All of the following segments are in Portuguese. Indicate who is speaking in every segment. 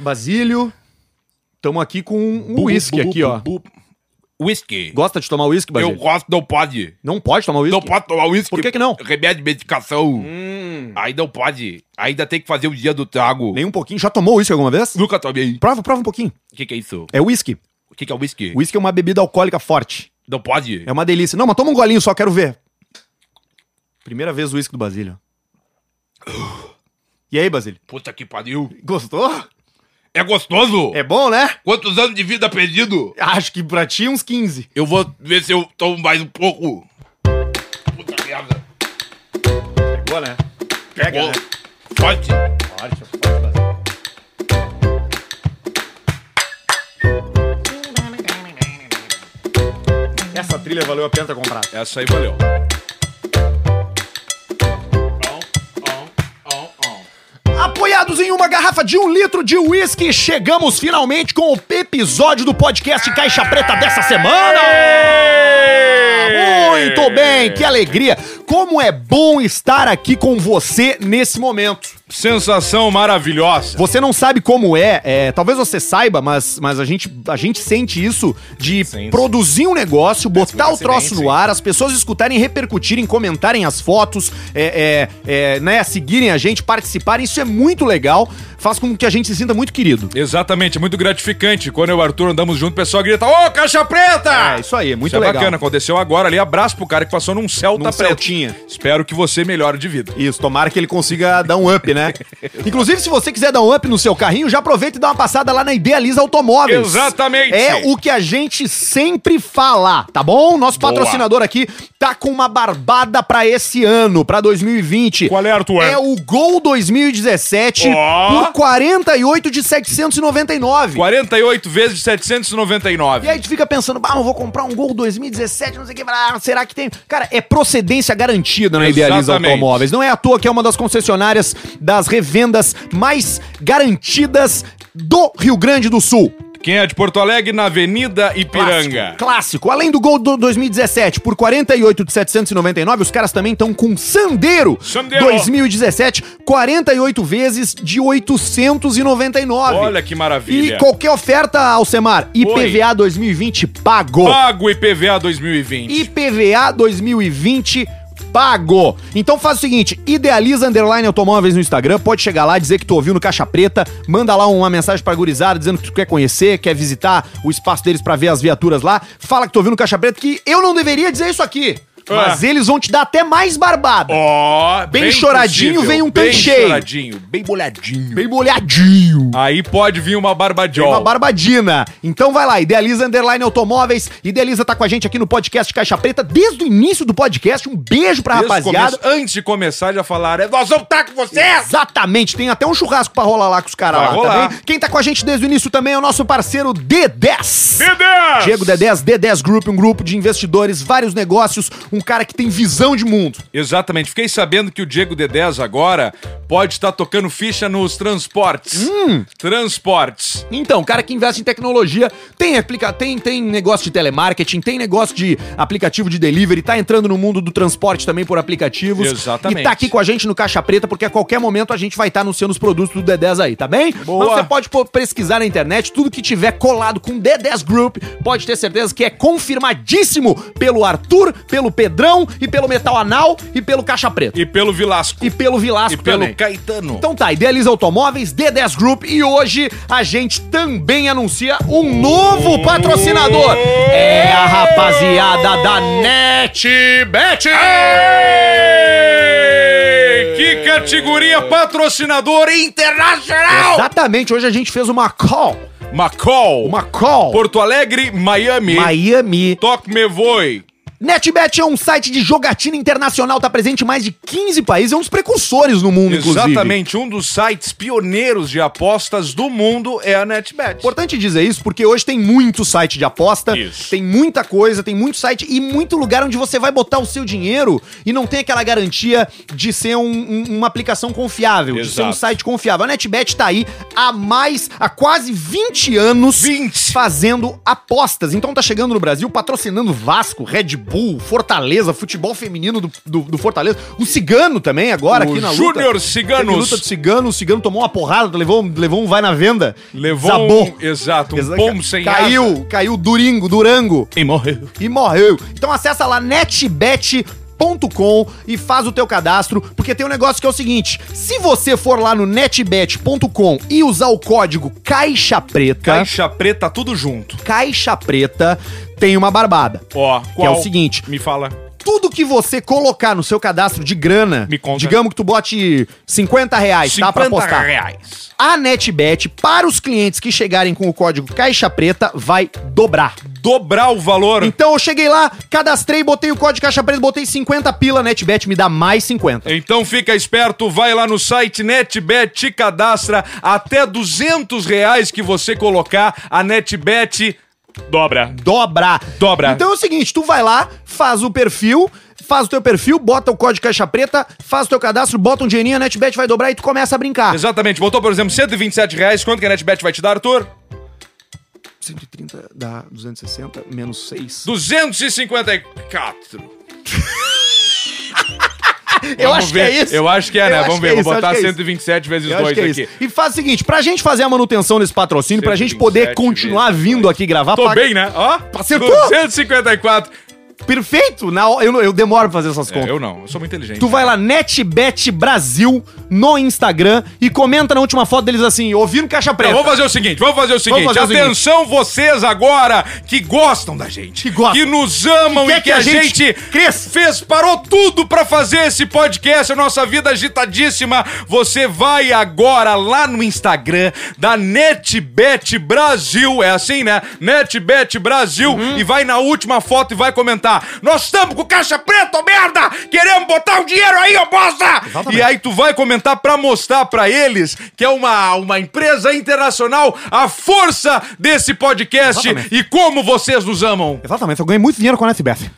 Speaker 1: Basílio. Estamos aqui com um
Speaker 2: Bu-
Speaker 1: uísque
Speaker 2: bu-
Speaker 1: aqui,
Speaker 2: bu-
Speaker 1: ó.
Speaker 2: bu- Whisky.
Speaker 1: Gosta de tomar uísque,
Speaker 2: Eu
Speaker 1: Basílio?
Speaker 2: gosto, não pode.
Speaker 1: Não pode tomar
Speaker 2: Não
Speaker 1: uísque?
Speaker 2: pode tomar whisky.
Speaker 1: Por que que não? Hum.
Speaker 2: Remédio, medicação. Aí não pode. Ainda tem que fazer o dia do trago.
Speaker 1: Nem um pouquinho. Já tomou uísque alguma vez?
Speaker 2: Nunca tomei.
Speaker 1: Prova, prova um pouquinho.
Speaker 2: O que, que é isso?
Speaker 1: É uísque.
Speaker 2: O que, que é whisky?
Speaker 1: Uísque é uma bebida alcoólica forte.
Speaker 2: Não pode.
Speaker 1: É uma delícia. Não, mas toma um golinho só, quero ver. Primeira vez o uísque do Basílio. E aí, Basílio?
Speaker 2: Puta que pariu.
Speaker 1: Gostou?
Speaker 2: É gostoso?
Speaker 1: É bom, né?
Speaker 2: Quantos anos de vida perdido?
Speaker 1: Acho que pra ti uns 15.
Speaker 2: Eu vou ver se eu tomo mais um pouco. Puta merda.
Speaker 1: Boa, né?
Speaker 2: Pegou.
Speaker 1: né?
Speaker 2: Forte.
Speaker 1: Forte, forte, Basílio. Essa trilha valeu a pena ter comprado.
Speaker 2: Essa aí valeu.
Speaker 1: Apoiados em uma garrafa de um litro de uísque, chegamos finalmente com o episódio do podcast Caixa Preta dessa semana! Muito bem, que alegria! Como é bom estar aqui com você nesse momento.
Speaker 2: Sensação maravilhosa.
Speaker 1: Você não sabe como é, é, talvez você saiba, mas, mas a, gente, a gente sente isso de
Speaker 2: Sim, sim.
Speaker 1: produzir um negócio, botar o
Speaker 2: acidente,
Speaker 1: troço
Speaker 2: sim.
Speaker 1: no ar, as pessoas escutarem, repercutirem, comentarem as fotos, é, é, é, né, seguirem a gente, participarem. Isso é muito legal, faz com que a gente se sinta muito querido.
Speaker 3: Exatamente, é muito gratificante. Quando eu e o Arthur andamos junto, o pessoal grita: Ô, caixa preta!
Speaker 1: É, isso aí, é Tá muito
Speaker 3: Isso é
Speaker 1: legal.
Speaker 3: bacana, aconteceu agora ali. Abraço pro cara que passou num Celta
Speaker 1: Num
Speaker 3: preto.
Speaker 1: Celtinha.
Speaker 3: Espero que você melhore de vida.
Speaker 1: Isso, tomara que ele consiga dar um up, né? Inclusive, se você quiser dar um up no seu carrinho, já aproveita e dá uma passada lá na Idealiza Automóveis.
Speaker 3: Exatamente.
Speaker 1: É o que a gente sempre fala, tá bom? Nosso patrocinador aqui tá com uma barbada pra esse ano, pra 2020.
Speaker 3: Qual é, Arthur?
Speaker 1: É o Gol 2017
Speaker 3: Ó.
Speaker 1: por 48 de 799.
Speaker 3: 48 vezes de 799.
Speaker 1: E aí tu fica pensando, bah, eu vou comprar um Gol 2017, não sei o que, ah, será que tem? Cara, é procedência garantida na Idealiza
Speaker 3: Exatamente.
Speaker 1: Automóveis. Não é à toa que é uma das concessionárias das revendas mais garantidas do Rio Grande do Sul.
Speaker 3: Quem é de Porto Alegre, na Avenida
Speaker 1: Clássico,
Speaker 3: Ipiranga.
Speaker 1: clássico. Além do Gol do 2017 por 48 de 799, os caras também estão com Sandero,
Speaker 3: Sandero.
Speaker 1: 2017, 48 vezes de 899.
Speaker 3: Olha que maravilha.
Speaker 1: E qualquer oferta, Alcemar, IPVA 2020 pago.
Speaker 3: Pago IPVA 2020.
Speaker 1: IPVA 2020 pago. Então faz o seguinte, idealiza underline automóveis no Instagram, pode chegar lá, dizer que tu ouviu no Caixa Preta, manda lá uma mensagem pra gurizada dizendo que tu quer conhecer, quer visitar o espaço deles pra ver as viaturas lá, fala que tu ouviu no Caixa Preta, que eu não deveria dizer isso aqui, mas eles vão te dar até mais barbada.
Speaker 3: É. Ó,
Speaker 1: Bem choradinho,
Speaker 3: possível,
Speaker 1: vem um
Speaker 3: bem
Speaker 1: tancheio.
Speaker 3: choradinho, bem molhadinho.
Speaker 1: Bem molhadinho.
Speaker 3: Aí pode vir uma
Speaker 1: Tem
Speaker 3: barbadiola.
Speaker 1: Uma barbadina. Então vai lá, Idealiza Underline Automóveis. Idealiza tá com a gente aqui no podcast Caixa Preta desde o início do podcast. Um beijo pra
Speaker 3: Desde o
Speaker 1: rapaziada.
Speaker 3: começo, antes de começar, já falaram: "É, Nós vamos estar com vocês!
Speaker 1: Exatamente, tem até um churrasco pra rolar lá com os caras
Speaker 3: Vai
Speaker 1: lá, tá
Speaker 3: rolar.
Speaker 1: bem? Quem tá com a gente desde o início também é o nosso parceiro D10.
Speaker 3: D10!
Speaker 1: Diego D10, D10 Group, um grupo de investidores, vários negócios, um cara que tem visão de mundo.
Speaker 3: Exatamente. Fiquei sabendo que o Diego D10 agora pode estar tocando ficha nos transportes.
Speaker 1: Hum.
Speaker 3: Transportes.
Speaker 1: Então, o cara que investe em tecnologia tem, aplica tem, tem negócio de telemarketing, tem negócio de aplicativo de delivery, tá entrando no mundo do transporte também por aplicativos.
Speaker 3: Exatamente.
Speaker 1: E tá aqui com a gente no Caixa Preta, porque a qualquer momento a gente vai estar anunciando os produtos do D10 aí, tá bem?
Speaker 3: Boa.
Speaker 1: Mas você pode pô- pesquisar na internet, tudo que tiver colado com D10 Group, pode ter certeza que é confirmadíssimo pelo Arthur, pelo Pedrão e pelo Metal Anal e pelo Caixa Preta.
Speaker 3: E pelo Vilasco.
Speaker 1: E, pelo Vilasco
Speaker 3: E pelo
Speaker 1: também.
Speaker 3: Caetano.
Speaker 1: Então tá, Idealiza Automóveis, D10 Group e hoje a gente também anuncia um novo patrocinador. É a rapaziada da NET.
Speaker 3: Tibete! Ei! Que categoria patrocinador internacional!
Speaker 1: Exatamente, hoje a gente fez uma call,
Speaker 3: Macau,
Speaker 1: uma call,
Speaker 3: Porto Alegre, Miami.
Speaker 1: Miami.
Speaker 3: Toque me voi.
Speaker 1: NetBet é um site de jogatina internacional, tá presente em mais de 15 países, é um dos precursores no mundo, inclusive.
Speaker 3: Exatamente, um dos sites pioneiros de apostas do mundo é a NetBet.
Speaker 1: Importante dizer isso porque hoje tem muito site de aposta,
Speaker 3: Isso.
Speaker 1: tem muita coisa, tem muito site e muito lugar onde você vai botar o seu dinheiro e não tem aquela garantia de ser um- um- uma aplicação confiável, de ser um
Speaker 3: Exato.
Speaker 1: site confiável. A NetBet tá aí há mais, há quase 20 anos
Speaker 3: 20.
Speaker 1: fazendo apostas. Então tá chegando no Brasil patrocinando Vasco, Red Bull, Fortaleza, futebol feminino do, do, do Fortaleza. O Cigano também agora
Speaker 3: o
Speaker 1: aqui na luta.
Speaker 3: Júnior
Speaker 1: Teve
Speaker 3: Ciganos
Speaker 1: luta do Cigano, o Cigano tomou uma porrada, levou, um- levou um vai na venda.
Speaker 3: levou
Speaker 1: Desabou.
Speaker 3: um, exato, um
Speaker 1: Exa-
Speaker 3: pombo sem
Speaker 1: Caiu, caiu Duringo, Durango
Speaker 3: asa e morreu.
Speaker 1: e morreu. Então acessa lá netbet.com e faz o teu cadastro, porque tem um negócio que é o seguinte: se você for lá no netbet.com e usar o código Caixa Preta, Caixa,
Speaker 3: Caixa preta, tudo junto.
Speaker 1: Preta, tem uma barbada.
Speaker 3: Ó,
Speaker 1: Que é
Speaker 3: qual?
Speaker 1: o seguinte,
Speaker 3: Me fala.
Speaker 1: tudo que você colocar no seu cadastro de grana,
Speaker 3: Me conta.
Speaker 1: digamos que tu bote 50 reais, tá? Pra
Speaker 3: 50
Speaker 1: postar.
Speaker 3: reais.
Speaker 1: A NetBet, para os clientes que chegarem com o código Caixa Preta, vai dobrar.
Speaker 3: Dobrar o valor.
Speaker 1: Então eu cheguei lá, cadastrei, botei o código caixa preta, botei 50 pila, NetBet me dá mais 50.
Speaker 3: Então fica esperto, vai lá no site NetBet, te cadastra até 200 reais que você colocar, a NetBet dobra.
Speaker 1: Dobra.
Speaker 3: Dobra.
Speaker 1: Então é o seguinte, tu vai lá, faz o perfil, faz o teu perfil, bota o código caixa preta, faz o teu cadastro, bota um dinheirinho, a NetBet vai dobrar e tu começa a brincar.
Speaker 3: Exatamente, botou, por exemplo, 127 reais, quanto que a NetBet vai te dar, Arthur?
Speaker 1: 130 dá 260 menos 6.
Speaker 3: 254.
Speaker 1: Eu
Speaker 3: Vamos
Speaker 1: acho
Speaker 3: ver.
Speaker 1: que é isso.
Speaker 3: Eu acho que é,
Speaker 1: Eu
Speaker 3: né?
Speaker 1: acho
Speaker 3: Vamos
Speaker 1: que
Speaker 3: ver,
Speaker 1: é isso,
Speaker 3: vou
Speaker 1: eu acho
Speaker 3: botar
Speaker 1: que é isso.
Speaker 3: 127 vezes
Speaker 1: Eu acho
Speaker 3: 2
Speaker 1: que é
Speaker 3: aqui.
Speaker 1: isso. E faz o seguinte, pra gente fazer a manutenção desse patrocínio, pra gente poder
Speaker 3: 127
Speaker 1: continuar
Speaker 3: vezes
Speaker 1: vindo
Speaker 3: dois.
Speaker 1: aqui gravar,
Speaker 3: Tô
Speaker 1: paga-
Speaker 3: bem, né? Ó,
Speaker 1: Acertou.
Speaker 3: 254.
Speaker 1: perfeito. Na, hora- eu, não- eu demoro pra fazer essas
Speaker 3: É,
Speaker 1: contas.
Speaker 3: eu não, eu sou muito inteligente. né?
Speaker 1: Tu vai lá, NetBet Brasil, no Instagram, e comenta na última foto deles assim, ouvindo caixa
Speaker 3: Então,
Speaker 1: preta.
Speaker 3: vamos fazer o seguinte, vamos fazer o seguinte.
Speaker 1: fazer o seguinte.
Speaker 3: Atenção vocês agora que gostam da gente,
Speaker 1: Que gostam.
Speaker 3: nos amam
Speaker 1: Que
Speaker 3: e
Speaker 1: quer
Speaker 3: que, a gente,
Speaker 1: cresça.
Speaker 3: fez, parou tudo pra fazer esse podcast, a nossa vida agitadíssima. Você vai agora lá no Instagram da NetBet Brasil, é assim, né? NetBet Brasil
Speaker 1: Uhum.
Speaker 3: e vai na última foto e vai comentar: "Nós estamos com caixa preta, ô merda! Queremos botar o dinheiro aí, ô bosta!"
Speaker 1: Exatamente.
Speaker 3: E aí tu vai comentar pra mostrar pra eles que é uma, uma empresa internacional a força desse podcast
Speaker 1: Exatamente.
Speaker 3: e como vocês nos amam.
Speaker 1: Exatamente, eu ganhei muito dinheiro com a NetBet.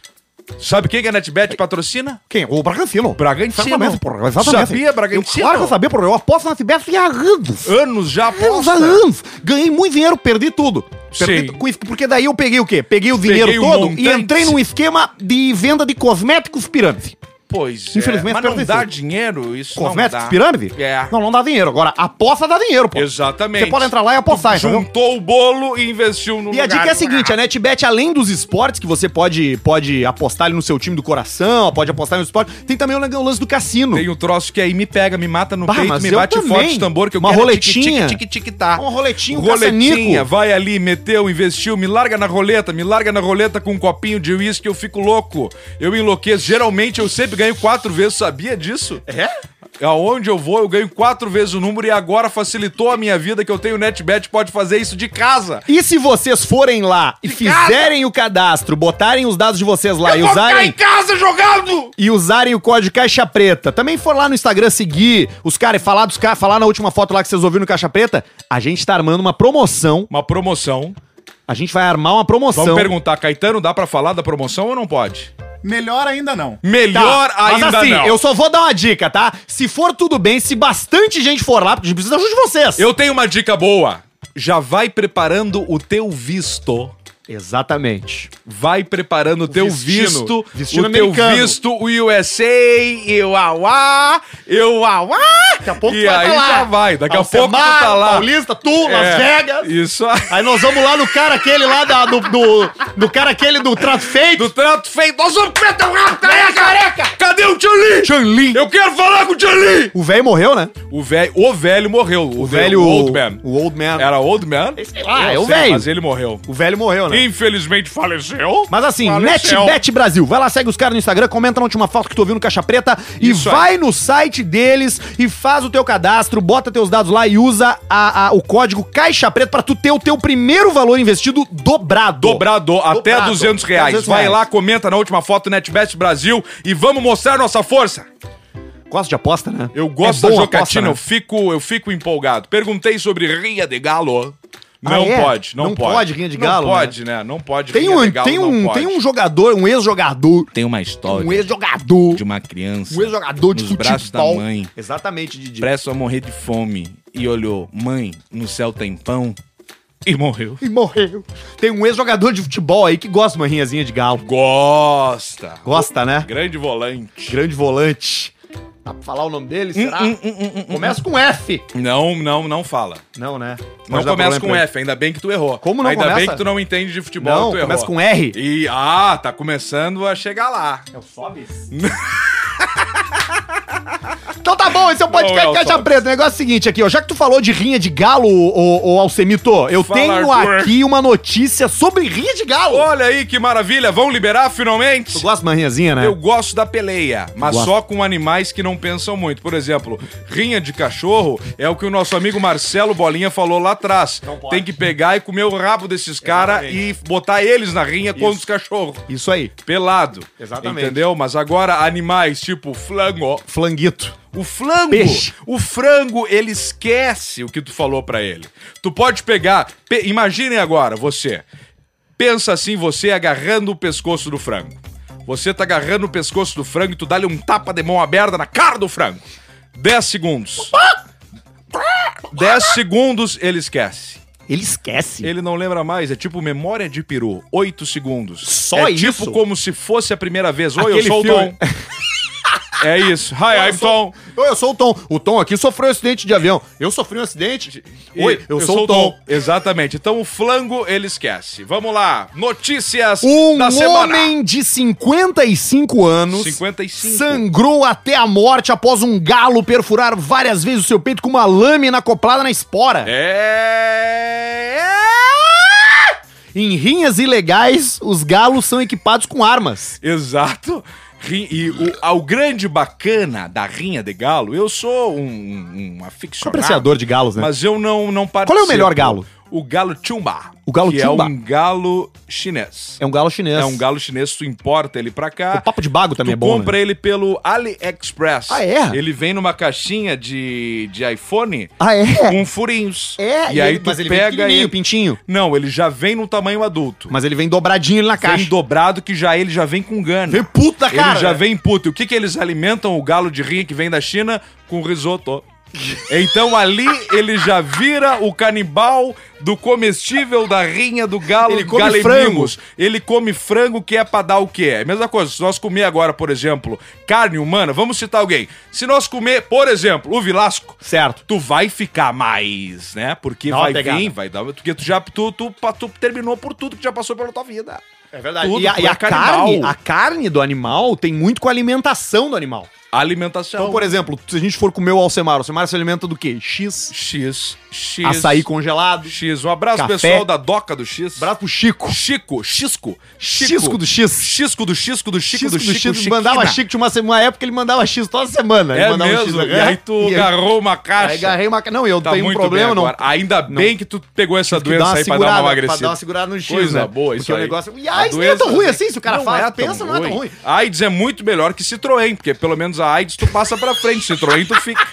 Speaker 3: Sabe quem que a NetBet patrocina?
Speaker 1: Quem? O Bragantino.
Speaker 3: Bragantino.
Speaker 1: Exatamente, porra. Exatamente.
Speaker 3: Sabia, Bragantino?
Speaker 1: Eu, claro que eu sabia, porra. Eu aposto na NetBet e anos.
Speaker 3: Anos já
Speaker 1: Anos, há
Speaker 3: aposta.
Speaker 1: anos. É um Ganhei muito dinheiro, perdi tudo.
Speaker 3: Sim.
Speaker 1: Perdi tu- com isso, porque daí eu peguei o quê? Peguei o dinheiro
Speaker 3: Peguei o
Speaker 1: todo e
Speaker 3: montante.
Speaker 1: entrei num esquema de venda de cosméticos pirâmide.
Speaker 3: Pois
Speaker 1: Infelizmente,
Speaker 3: é. Mas não
Speaker 1: perdeu
Speaker 3: dá
Speaker 1: tudo.
Speaker 3: dinheiro, isso
Speaker 1: Cosméticos
Speaker 3: não dá.
Speaker 1: pirâmide?
Speaker 3: É.
Speaker 1: Não, não dá dinheiro. Agora, aposta dá dinheiro, pô.
Speaker 3: Exatamente.
Speaker 1: Você pode entrar lá e apostar, entendeu?
Speaker 3: Juntou o bolo e investiu no
Speaker 1: E a
Speaker 3: lugar.
Speaker 1: dica é a seguinte, a NetBet, além dos esportes, que você pode, pode apostar ali no seu time do coração, pode apostar no esporte, tem também o lan- o lance do cassino.
Speaker 3: Tem um troço que aí me pega, me mata no
Speaker 1: Bah,
Speaker 3: peito,
Speaker 1: mas
Speaker 3: me
Speaker 1: eu
Speaker 3: bate
Speaker 1: também.
Speaker 3: forte o tambor que eu
Speaker 1: Uma
Speaker 3: quero é
Speaker 1: roletinha.
Speaker 3: tique, tique, tique, tá.
Speaker 1: Um roletinho, um
Speaker 3: Roletinha,
Speaker 1: caça-nico.
Speaker 3: vai ali, meteu, investiu, me larga na roleta, me larga na roleta com um copinho de uísque, eu fico louco. Eu enlouqueço. Geralmente eu sempre ganho quatro vezes, sabia disso?
Speaker 1: É?
Speaker 3: Aonde eu vou, eu ganho quatro vezes o número e agora facilitou a minha vida que eu tenho NetBet, pode fazer isso de casa.
Speaker 1: E se vocês forem lá e
Speaker 3: Obrigado.
Speaker 1: fizerem o cadastro, botarem os dados de vocês lá e
Speaker 3: eu vou ficar
Speaker 1: usarem...
Speaker 3: em casa jogando!
Speaker 1: e usarem o código Caixa Preta. Também for lá no Instagram seguir os caras e falar dos caras, falar na última foto lá que vocês ouviram no Caixa Preta, a gente tá armando uma promoção.
Speaker 3: Uma promoção.
Speaker 1: A gente vai armar uma
Speaker 3: Vamos
Speaker 1: promoção.
Speaker 3: perguntar, Caetano, dá pra falar da promoção ou não pode?
Speaker 4: Melhor ainda não.
Speaker 1: Tá,
Speaker 3: Melhor ainda
Speaker 1: mas assim,
Speaker 3: não.
Speaker 1: eu só vou dar uma dica, tá? Se for tudo bem, se bastante gente for lá, porque a gente precisa da ajuda de vocês.
Speaker 3: Eu tenho uma dica boa. Já vai preparando o teu visto.
Speaker 1: Exatamente.
Speaker 3: Vai preparando o teu
Speaker 1: vestido.
Speaker 3: visto.
Speaker 1: Vestido
Speaker 3: o teu
Speaker 1: americano.
Speaker 3: visto, o USA, e o auá, e o auá. Daqui
Speaker 1: a pouco
Speaker 3: e
Speaker 1: tu vai
Speaker 3: aí
Speaker 1: tá lá.
Speaker 3: já vai. Daqui a pouco tu tá lá.
Speaker 1: Paulista, tu, Las
Speaker 3: É,
Speaker 1: Vegas.
Speaker 3: Isso aí.
Speaker 1: Aí nós vamos lá no cara aquele lá da- do, do, do cara aquele do trato feito.
Speaker 3: Do trato feito. Nós vamos preto o rato, aí a careca. Cadê o Tchanlin?
Speaker 1: Chanlin.
Speaker 3: Eu quero falar com o Tchanlin.
Speaker 1: O velho morreu, né?
Speaker 3: O velho, o velho morreu. O, velho Old Man.
Speaker 1: O Old Man.
Speaker 3: Era Old Man?
Speaker 1: lá, é
Speaker 3: Eu
Speaker 1: o
Speaker 3: sei,
Speaker 1: velho.
Speaker 3: Mas ele morreu.
Speaker 1: O velho morreu, né?
Speaker 3: Infelizmente faleceu.
Speaker 1: Mas assim,
Speaker 3: Faleceu.
Speaker 1: NetBet Brasil. Vai lá, segue os caras no Instagram, comenta na última foto que tu viu no Caixa Preta
Speaker 3: Isso
Speaker 1: e
Speaker 3: aí.
Speaker 1: vai no site deles e faz o teu cadastro, bota teus dados lá e usa a- a- o código Caixa Preta pra tu ter o teu primeiro valor investido dobrado.
Speaker 3: Dobrado, até
Speaker 1: Dobrado.
Speaker 3: 200 reais.
Speaker 1: 200
Speaker 3: Vai
Speaker 1: reais.
Speaker 3: lá, comenta na última foto NetBet Brasil e vamos mostrar nossa força.
Speaker 1: Gosto de aposta, né?
Speaker 3: Eu gosto
Speaker 1: É
Speaker 3: da
Speaker 1: boa
Speaker 3: jocatina,
Speaker 1: aposta, né?
Speaker 3: eu, fico, eu fico empolgado. Perguntei sobre Ria de Galo. Não
Speaker 1: Ah, é?
Speaker 3: pode, não,
Speaker 1: Não
Speaker 3: pode.
Speaker 1: pode Rinha de Galo,
Speaker 3: Não pode, né? Não pode
Speaker 1: Tem
Speaker 3: Rinha de
Speaker 1: um,
Speaker 3: Galo,
Speaker 1: tem
Speaker 3: não
Speaker 1: um,
Speaker 3: pode.
Speaker 1: tem um jogador, um ex-jogador,
Speaker 5: Tem uma história
Speaker 1: um ex-jogador,
Speaker 5: de uma criança.
Speaker 1: um ex-jogador de
Speaker 5: nos braços da
Speaker 1: futebol.
Speaker 5: mãe.
Speaker 1: Exatamente, Didi.
Speaker 5: Prestes a morrer de fome. E olhou, mãe, no céu tem pão?
Speaker 3: E morreu.
Speaker 1: E morreu. Tem um ex-jogador de futebol aí que gosta de uma rinhazinha de galo.
Speaker 3: Gosta.
Speaker 1: Gosta, né?
Speaker 3: Grande volante.
Speaker 1: Grande volante. Dá pra falar o nome
Speaker 3: Hum,
Speaker 1: dele? Será? Começa com F.
Speaker 3: Não, não, não fala.
Speaker 1: Não, né?
Speaker 3: hum. não começa com F, ainda bem que tu errou.
Speaker 1: Como não
Speaker 3: Ainda
Speaker 1: começa?
Speaker 3: bem que tu não entende de futebol,
Speaker 1: Não,
Speaker 3: tu errou.
Speaker 1: começa com R.
Speaker 3: E, ah, tá começando a chegar lá.
Speaker 1: É o Sobis? então tá bom, esse é o podcast
Speaker 3: Não é o
Speaker 1: Caixa
Speaker 3: Sobis.
Speaker 1: Preta. O negócio é o seguinte aqui, ó. Já que tu falou de rinha de galo, ô, ô Alcemito, eu
Speaker 3: Fala,
Speaker 1: tenho
Speaker 3: Arthur.
Speaker 1: aqui uma notícia sobre rinha de galo.
Speaker 3: Olha aí que maravilha, vão liberar finalmente?
Speaker 1: Tu gosta de uma rinhazinha, né?
Speaker 3: Eu gosto da peleia, mas
Speaker 1: Gosto.
Speaker 3: só com animais que não pensam muito. Por exemplo, rinha de cachorro é o que o nosso amigo Marcelo Bolinha falou lá atrás. Tem que pegar e comer o rabo desses caras e botar eles na rinha contra os cachorros.
Speaker 1: Isso aí,
Speaker 3: Pelado.
Speaker 1: Exatamente.
Speaker 3: Entendeu? Mas agora, animais tipo flango.
Speaker 1: flanguito.
Speaker 3: O flango,
Speaker 1: Peixe.
Speaker 3: o frango, ele esquece o que tu falou pra ele. Tu pode pegar, pe- imaginem agora você. Pensa assim, você agarrando o pescoço do frango. Você tá agarrando o pescoço do frango e tu dá-lhe um tapa de mão aberta na cara do frango. 10 segundos. 10 segundos ele esquece.
Speaker 1: Ele esquece.
Speaker 3: Ele não lembra mais, é tipo memória de peru, 8 segundos.
Speaker 1: Só
Speaker 3: é
Speaker 1: isso?
Speaker 3: tipo como se fosse a primeira vez. Oi,
Speaker 1: Aquele
Speaker 3: eu sou o
Speaker 1: filme-
Speaker 3: Tom. é isso. Hi, I'm Tom.
Speaker 1: Oi, eu sou o Tom. O Tom aqui sofreu um acidente de avião. Eu sofri um acidente. Oi, eu, sou, o Tom.
Speaker 3: Exatamente. Então o flango ele esquece. Vamos lá. Notícias
Speaker 1: Um
Speaker 3: da semana.
Speaker 1: homem de 55 anos
Speaker 3: 55.
Speaker 1: sangrou até a morte após um galo perfurar várias vezes o seu peito com uma lâmina acoplada na espora.
Speaker 3: É.
Speaker 1: Em rinhas ilegais, os galos são equipados com armas.
Speaker 3: Exato. Ri- E o, ao grande bacana da rinha de galo, eu sou um, um, um
Speaker 1: Sou
Speaker 3: aficionado,
Speaker 1: apreciador de galos, né?
Speaker 3: mas eu não não participo.
Speaker 1: Qual é o melhor galo?
Speaker 3: O galo chumba.
Speaker 1: O galo
Speaker 3: que
Speaker 1: chumba.
Speaker 3: é um galo chinês.
Speaker 1: É um galo chinês.
Speaker 3: É um galo chinês, tu importa ele pra cá.
Speaker 1: O papo de bago também é
Speaker 3: Tu
Speaker 1: bom.
Speaker 3: compra
Speaker 1: né?
Speaker 3: ele pelo AliExpress.
Speaker 1: Ah, é?
Speaker 3: Ele vem numa caixinha de, de iPhone
Speaker 1: Ah, é?
Speaker 3: com furinhos.
Speaker 1: É,
Speaker 3: e, aí
Speaker 1: ele-
Speaker 3: tu
Speaker 1: mas ele vem
Speaker 3: pega
Speaker 1: pequenininho,
Speaker 3: ele...
Speaker 1: pintinho.
Speaker 3: Não, ele já vem no tamanho adulto.
Speaker 1: Mas ele vem dobradinho ali na
Speaker 3: Vem
Speaker 1: caixa.
Speaker 3: dobrado que já ele já vem com gana.
Speaker 1: Vem puta, cara.
Speaker 3: ele já
Speaker 1: né?
Speaker 3: vem puto. E o que que eles alimentam o galo de rinha que vem da China? Com risoto. Então ali ele já vira o canibal do comestível da rinha do galo
Speaker 1: Ele come
Speaker 3: galemingos. Ele come frango que é pra dar o que é. Mesma coisa, se nós comer agora, por exemplo, carne humana, vamos citar alguém. Se nós comer, por exemplo, o Vilasco,
Speaker 1: Certo.
Speaker 3: tu vai ficar mais, né? Porque
Speaker 1: Dá uma
Speaker 3: vai
Speaker 1: pegada.
Speaker 3: vir, vai dar. Porque tu já tu, tu, tu terminou por tudo que já passou pela tua vida.
Speaker 1: É verdade.
Speaker 3: Tudo,
Speaker 1: e a,
Speaker 3: tu
Speaker 1: e
Speaker 3: é
Speaker 1: a
Speaker 3: canibal.
Speaker 1: carne, a carne do animal tem muito com a alimentação do animal.
Speaker 3: Alimentação.
Speaker 1: Então, por exemplo, se a gente for comer o Alcemar, o Alcemar se alimenta do quê? X,
Speaker 3: X, X.
Speaker 1: açaí congelado.
Speaker 3: X. Um abraço,
Speaker 1: Café.
Speaker 3: pessoal da Doca do X.
Speaker 1: Abraço pro Chico.
Speaker 3: Chico, Xisco. Chico.
Speaker 1: Xisco do X.
Speaker 3: Xisco do Xisco do Chico do Chico.
Speaker 1: X mandava
Speaker 3: Chiquina.
Speaker 1: Chico, tinha uma, se- uma época que ele mandava X toda semana. ele
Speaker 3: É
Speaker 1: mandava um
Speaker 3: mesmo.
Speaker 1: X, né?
Speaker 3: e aí tu
Speaker 1: e
Speaker 3: agarrou uma
Speaker 1: Aí
Speaker 3: caixa.
Speaker 1: agarrei uma... Não, eu
Speaker 3: Tá
Speaker 1: tenho um
Speaker 3: muito
Speaker 1: problema,
Speaker 3: bem
Speaker 1: não.
Speaker 3: agora. Ainda bem que tu pegou essa
Speaker 1: Tive que dar
Speaker 3: doença
Speaker 1: uma
Speaker 3: aí pra dar uma
Speaker 1: pra dar
Speaker 3: emagrecida.
Speaker 1: uma segurada no X,
Speaker 3: Coisa
Speaker 1: né?
Speaker 3: boa
Speaker 1: Porque
Speaker 3: isso
Speaker 1: o
Speaker 3: aí.
Speaker 1: negócio... E
Speaker 3: A
Speaker 1: a AIDS não é
Speaker 3: doença-
Speaker 1: tão ruim assim, se o cara
Speaker 3: Não
Speaker 1: fala,
Speaker 3: é tão
Speaker 1: pensa, não é tão ruim.
Speaker 3: A AIDS é muito melhor que Citroën, porque pelo menos a AIDS tu passa pra frente, Citroën tu fica...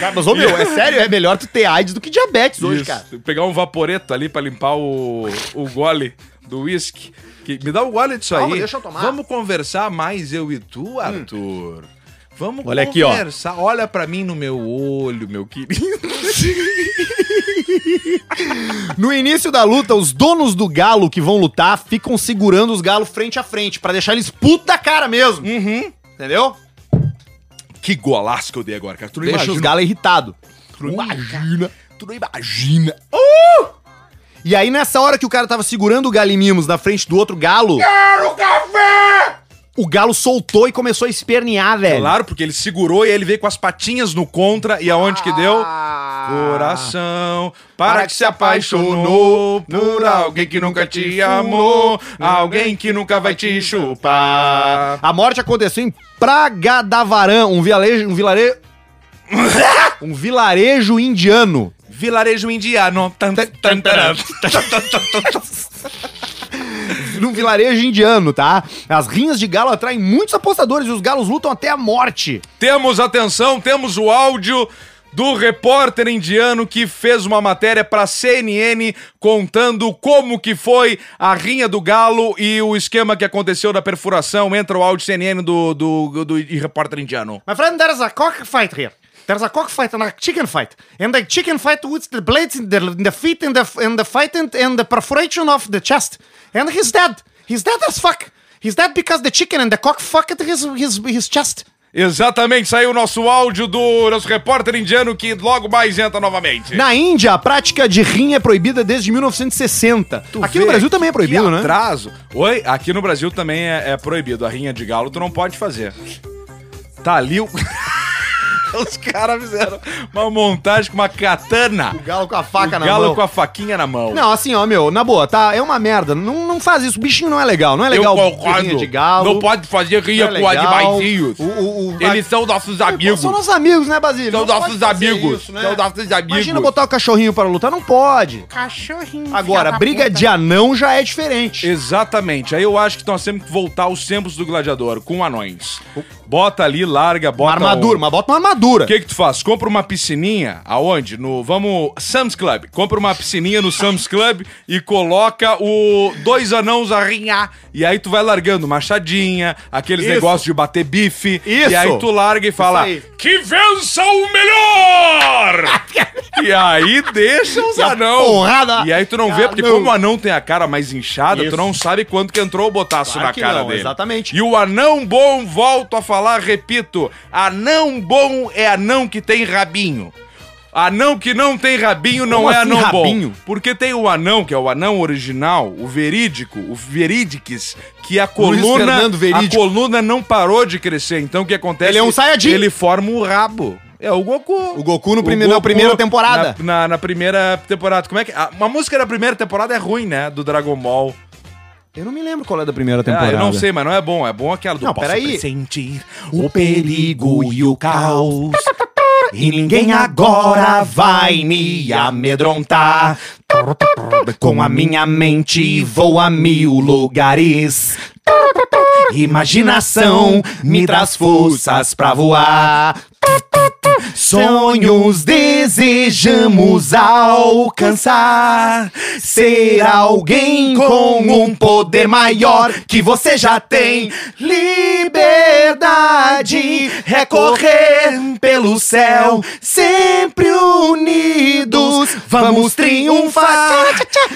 Speaker 1: Cara, mas, ô, meu, é sério, é melhor tu ter AIDS do que diabetes hoje,
Speaker 3: Isso.
Speaker 1: cara.
Speaker 3: Pegar um vaporeto ali pra limpar o, o gole do uísque. Que- Me dá o gole disso aí.
Speaker 1: Calma, deixa eu tomar.
Speaker 3: Vamos conversar mais, eu e tu, Arthur. Vamos
Speaker 1: Olha aqui, ó.
Speaker 3: conversar. Olha pra mim no meu olho, meu querido.
Speaker 1: No início da luta, os donos do galo que vão lutar ficam segurando os galos frente a frente, pra deixar eles puto da cara mesmo.
Speaker 3: Uhum.
Speaker 1: Entendeu?
Speaker 3: Que golaço que eu dei agora, cara. Tu não
Speaker 1: Deixa os
Speaker 3: imagina.
Speaker 1: galos irritados.
Speaker 3: Tu não imagina. Tu não imagina. Oh,
Speaker 1: Uh! E aí, nessa hora que o cara tava segurando o galimimos na frente do outro galo,
Speaker 3: Quero café!
Speaker 1: o galo soltou e começou a espernear, velho.
Speaker 3: Claro, porque ele segurou e aí ele veio com as patinhas no contra e aonde que deu? Coração, Ah. para que se apaixonou por alguém que nunca te amou, alguém que nunca vai te chupar.
Speaker 1: A morte aconteceu em Praga da Varã, um vilarejo. Um vilarejo. um vilarejo indiano.
Speaker 3: Vilarejo indiano. Tan, tan, tan, taram.
Speaker 1: num vilarejo indiano, tá? As rinhas de galo atraem muitos apostadores e os galos lutam até a morte.
Speaker 3: Temos atenção, temos o áudio do repórter indiano que fez uma matéria pra CNN contando como que foi a rinha do galo e o esquema que aconteceu da perfuração. Entra o áudio CNN do, do, do, do repórter indiano.
Speaker 1: My friend, there is a cockfight here.
Speaker 4: There's a cockfight and a chicken fight. And the chicken fight with the blades in the, in the feet and the, and the fight and, and the perforation of the chest. And he's dead. He's dead as fuck. He's dead because the chicken and the cock fucked his, his, his chest.
Speaker 3: Exatamente, saiu o nosso áudio do nosso repórter indiano que logo mais entra novamente.
Speaker 1: Na Índia, a prática de rim é proibida desde 1960. Aqui no
Speaker 3: vê
Speaker 1: Brasil também é proibido,
Speaker 3: que
Speaker 1: né?
Speaker 3: atraso. Oi, aqui no Brasil também é, é proibido. A rinha de galo tu não pode fazer. Tá ali o... Os caras fizeram uma montagem com uma katana.
Speaker 1: Galo com a faca
Speaker 3: o galo com a faquinha na mão.
Speaker 1: Não, assim, ó, meu, na boa, tá? É uma merda. Não, não faz isso. O bichinho não é legal. Não é legal
Speaker 2: Eu concordo.
Speaker 1: rinha de galo.
Speaker 2: Não pode fazer rinha
Speaker 1: não é
Speaker 2: com
Speaker 1: legal.
Speaker 2: animaizinhos.
Speaker 1: O, o, o-
Speaker 2: Eles são nossos
Speaker 1: Ah,
Speaker 2: amigos.
Speaker 1: São nossos amigos, né, Basílio?
Speaker 2: São
Speaker 1: Não pode
Speaker 2: nossos
Speaker 1: fazer
Speaker 2: amigos.
Speaker 1: isso, né?
Speaker 2: São nossos amigos.
Speaker 1: Imagina botar um o cachorrinho para lutar. Não pode.
Speaker 4: Cachorrinho.
Speaker 1: Agora, briga de anão já é diferente.
Speaker 3: Exatamente. Aí eu acho que nós temos que voltar aos tempos do gladiador, com anões. Bota ali, larga,
Speaker 1: Uma
Speaker 3: bota...
Speaker 1: armadura,
Speaker 2: um-
Speaker 3: o-
Speaker 1: mas bota uma armadura.
Speaker 3: O que que tu faz? Compra uma piscininha, aonde? No, vamos, Sam's Club. Compra uma piscininha no Sam's Club e coloca o dois anãos a rinhar. E aí tu vai largando machadinha, aqueles
Speaker 1: Isso.
Speaker 3: negócios de bater bife.
Speaker 1: Isso.
Speaker 3: E aí tu larga e fala,
Speaker 1: aí.
Speaker 3: que vença o melhor! e aí deixa os
Speaker 1: E a
Speaker 3: anãos.
Speaker 1: porrada.
Speaker 3: E aí tu não vê, porque
Speaker 1: Anão.
Speaker 3: como o anão tem a cara mais inchada,
Speaker 1: Isso.
Speaker 3: tu não sabe quanto que entrou o botaço
Speaker 1: Claro
Speaker 3: na
Speaker 1: que
Speaker 3: cara
Speaker 1: não,
Speaker 3: dele.
Speaker 1: exatamente.
Speaker 3: E o anão bom, volto a falar, repito, anão bom é anão que tem rabinho. Anão que não tem rabinho não
Speaker 1: Como
Speaker 3: é
Speaker 1: assim,
Speaker 3: anão
Speaker 1: rabinho?
Speaker 3: bom. Porque tem o anão, que é o anão original, o verídico, o veridiques, que a
Speaker 1: Luiz
Speaker 3: coluna,
Speaker 1: Fernando Verídico.
Speaker 3: a coluna não parou de crescer. Então o que acontece?
Speaker 1: Ele é um Saiyajin.
Speaker 3: Ele forma o rabo. É o Goku.
Speaker 1: O Goku no prime- na primeira temporada.
Speaker 3: Na, na- na primeira temporada. Como é que. A, uma música da primeira temporada é ruim, né? Do Dragon Ball.
Speaker 1: Eu não me lembro qual é da primeira
Speaker 3: Ah,
Speaker 1: temporada.
Speaker 3: eu não sei, mas não é bom. É bom aquela do
Speaker 1: Não, peraí.
Speaker 3: sentir
Speaker 1: O perigo e o caos. E ninguém agora vai me amedrontar. Com a minha mente vou a mil lugares. Imaginação me traz forças pra voar. Sonhos desejamos alcançar. Ser alguém com um poder maior que você já tem. Liberdade, recorrer pelo céu, sempre unidos. Vamos triunfar.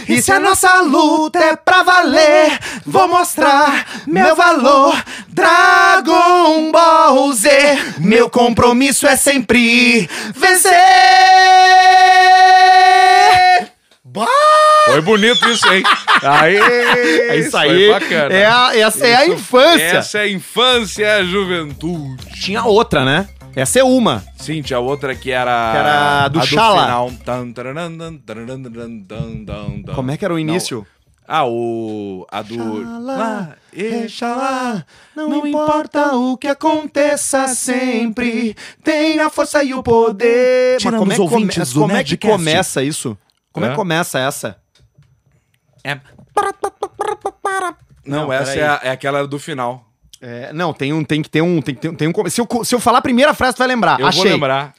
Speaker 1: E se a nossa luta é pra valer, vou mostrar meu valor. Dragon Ball Z, meu compromisso é sempre vencer.
Speaker 3: Foi bonito isso, hein? Aí, é Foi bacana.
Speaker 1: a, essa é a
Speaker 3: Essa é a infância, é a juventude.
Speaker 1: Tinha outra, né? Essa é uma.
Speaker 3: Sim, tinha outra que era.
Speaker 1: Que era do
Speaker 3: a
Speaker 1: Chala.
Speaker 3: final. Tan, tararan, tan, tararan, tan, tan, tan, tan.
Speaker 1: Como é que era o
Speaker 3: Não.
Speaker 1: início?
Speaker 3: Ah, o. A do. Lá, e
Speaker 1: Exalá, não importa o que aconteça sempre, tem a força e o poder.
Speaker 3: Tirando
Speaker 1: como é
Speaker 3: os
Speaker 1: que, come-
Speaker 3: ouvintes do
Speaker 1: como é que
Speaker 3: Nerdcast.
Speaker 1: começa isso? Como é?
Speaker 3: Hã?
Speaker 1: que começa essa?
Speaker 3: Não,
Speaker 1: É. Não,
Speaker 3: essa
Speaker 1: peraí.
Speaker 3: é, a- é aquela do final.
Speaker 1: É, não, tem um, tem que ter um, tem que ter um, tem um come- se eu, co- se eu falar a primeira frase, tu vai lembrar.
Speaker 3: Eu
Speaker 1: Achei.
Speaker 3: vou lembrar.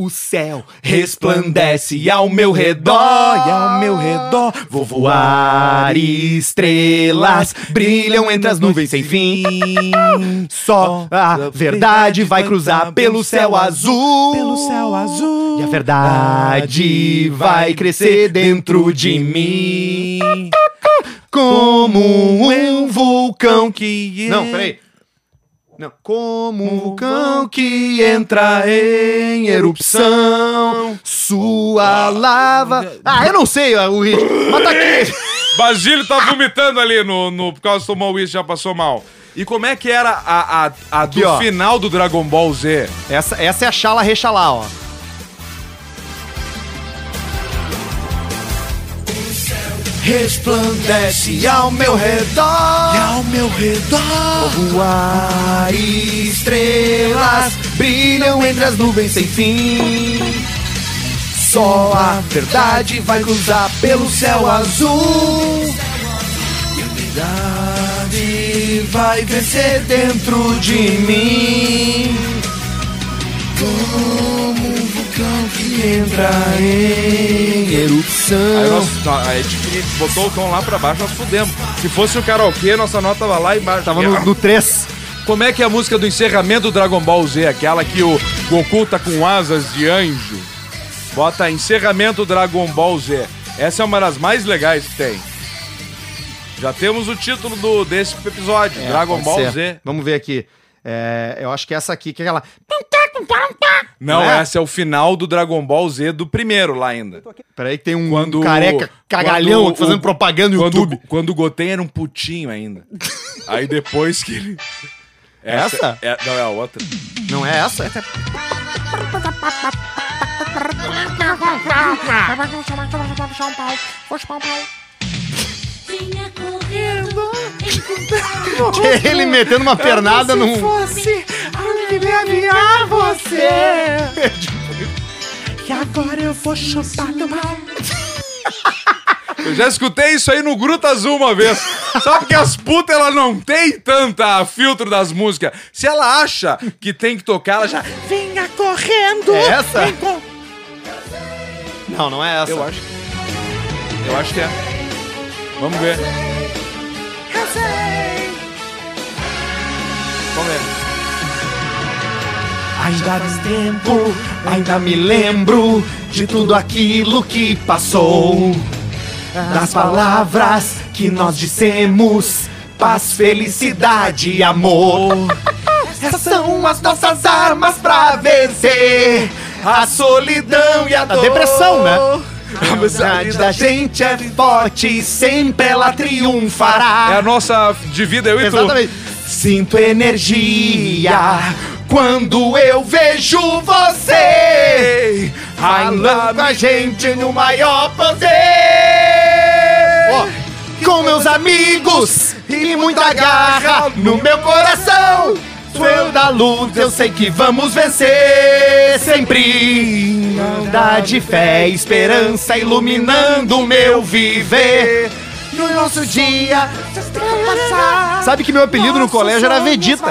Speaker 1: O céu resplandece ao meu redor, e ao meu redor vou voar. Estrelas brilham entre as nuvens sem fim. Só a verdade vai cruzar pelo céu azul.
Speaker 3: Pelo céu azul.
Speaker 1: E a verdade vai crescer dentro de mim. Como um vulcão que.
Speaker 3: que.
Speaker 1: Não, peraí. Não. Como um vulcão que entra em erupção, sua lava. Ah, eu não sei ah, o ritmo. Mas tá aqui.
Speaker 3: Basílio tá vomitando ali no, no, por causa que tomou uísque, já passou mal. E como é que era a, a, a do
Speaker 1: Aqui, ó.
Speaker 3: final do Dragon Ball Z?
Speaker 1: Essa, essa é a Xala Rechalá, ó. Resplandece ao meu redor. ao meu redor. Voar estrelas brilham entre as nuvens sem fim. Só a verdade vai cruzar pelo céu azul. E a verdade vai vencer dentro de mim. Hum.
Speaker 3: Aí nós, nó- a gente que botou o tom lá pra baixo, nós fudemos. Se fosse o karaokê, nossa nota tava lá embaixo.
Speaker 1: Tava no 3.
Speaker 3: Como é que é a música do encerramento do Dragon Ball Z? Aquela que o Goku tá com asas de anjo. Bota encerramento Dragon Ball Z. Essa é uma das mais legais que tem. Já temos o título do, desse episódio, Dragon
Speaker 1: É, Pode
Speaker 3: Ball
Speaker 1: ser.
Speaker 3: Z.
Speaker 1: Vamos ver aqui. É, eu acho que é essa aqui, que é aquela.
Speaker 3: Não,
Speaker 1: Né?
Speaker 3: essa é o final do Dragon Ball Z do primeiro lá ainda.
Speaker 1: Peraí, que tem um
Speaker 3: Quando-
Speaker 1: careca cagalhão
Speaker 3: quando
Speaker 1: aqui fazendo
Speaker 3: o-
Speaker 1: propaganda no
Speaker 3: Quando,
Speaker 1: YouTube.
Speaker 3: quando o Goten era um putinho ainda. Aí depois que ele.
Speaker 1: Essa?
Speaker 3: é- não, é a outra.
Speaker 1: Não é essa?
Speaker 5: Vinha correndo, encontrava
Speaker 1: Ele metendo uma pernada num.
Speaker 5: você.
Speaker 3: Eu já escutei isso aí no Gruta Azul uma vez. Só porque as putas, ela não tem tanta filtro das músicas. Se ela acha que tem que tocar, ela já. Venha correndo!
Speaker 1: É essa?
Speaker 3: Vem com-
Speaker 1: Não, não é essa.
Speaker 3: Eu acho. Eu acho que é. Vamos ver. Vamos ver.
Speaker 1: Ainda faz tempo, ainda me lembro de tudo aquilo que passou. Das palavras que nós dissemos, paz, felicidade e amor. Essas são as nossas armas pra vencer a solidão e a dor.
Speaker 4: depressão, né?
Speaker 1: A amizade da gente é forte, sempre ela
Speaker 3: É a
Speaker 1: triunfará.
Speaker 3: nossa de vida, eu e tu.
Speaker 1: Ah. Exatamente. Sinto energia quando eu vejo você
Speaker 3: Ei,
Speaker 1: falando com
Speaker 3: Ainda
Speaker 1: a gente no maior prazer. com meus amigos e muita garra no meu coração. Sou da luz, eu sei que vamos vencer sempre. Andade, fé, esperança iluminando o meu viver. No nosso dia. Sabe que meu apelido no colégio era Vegeta.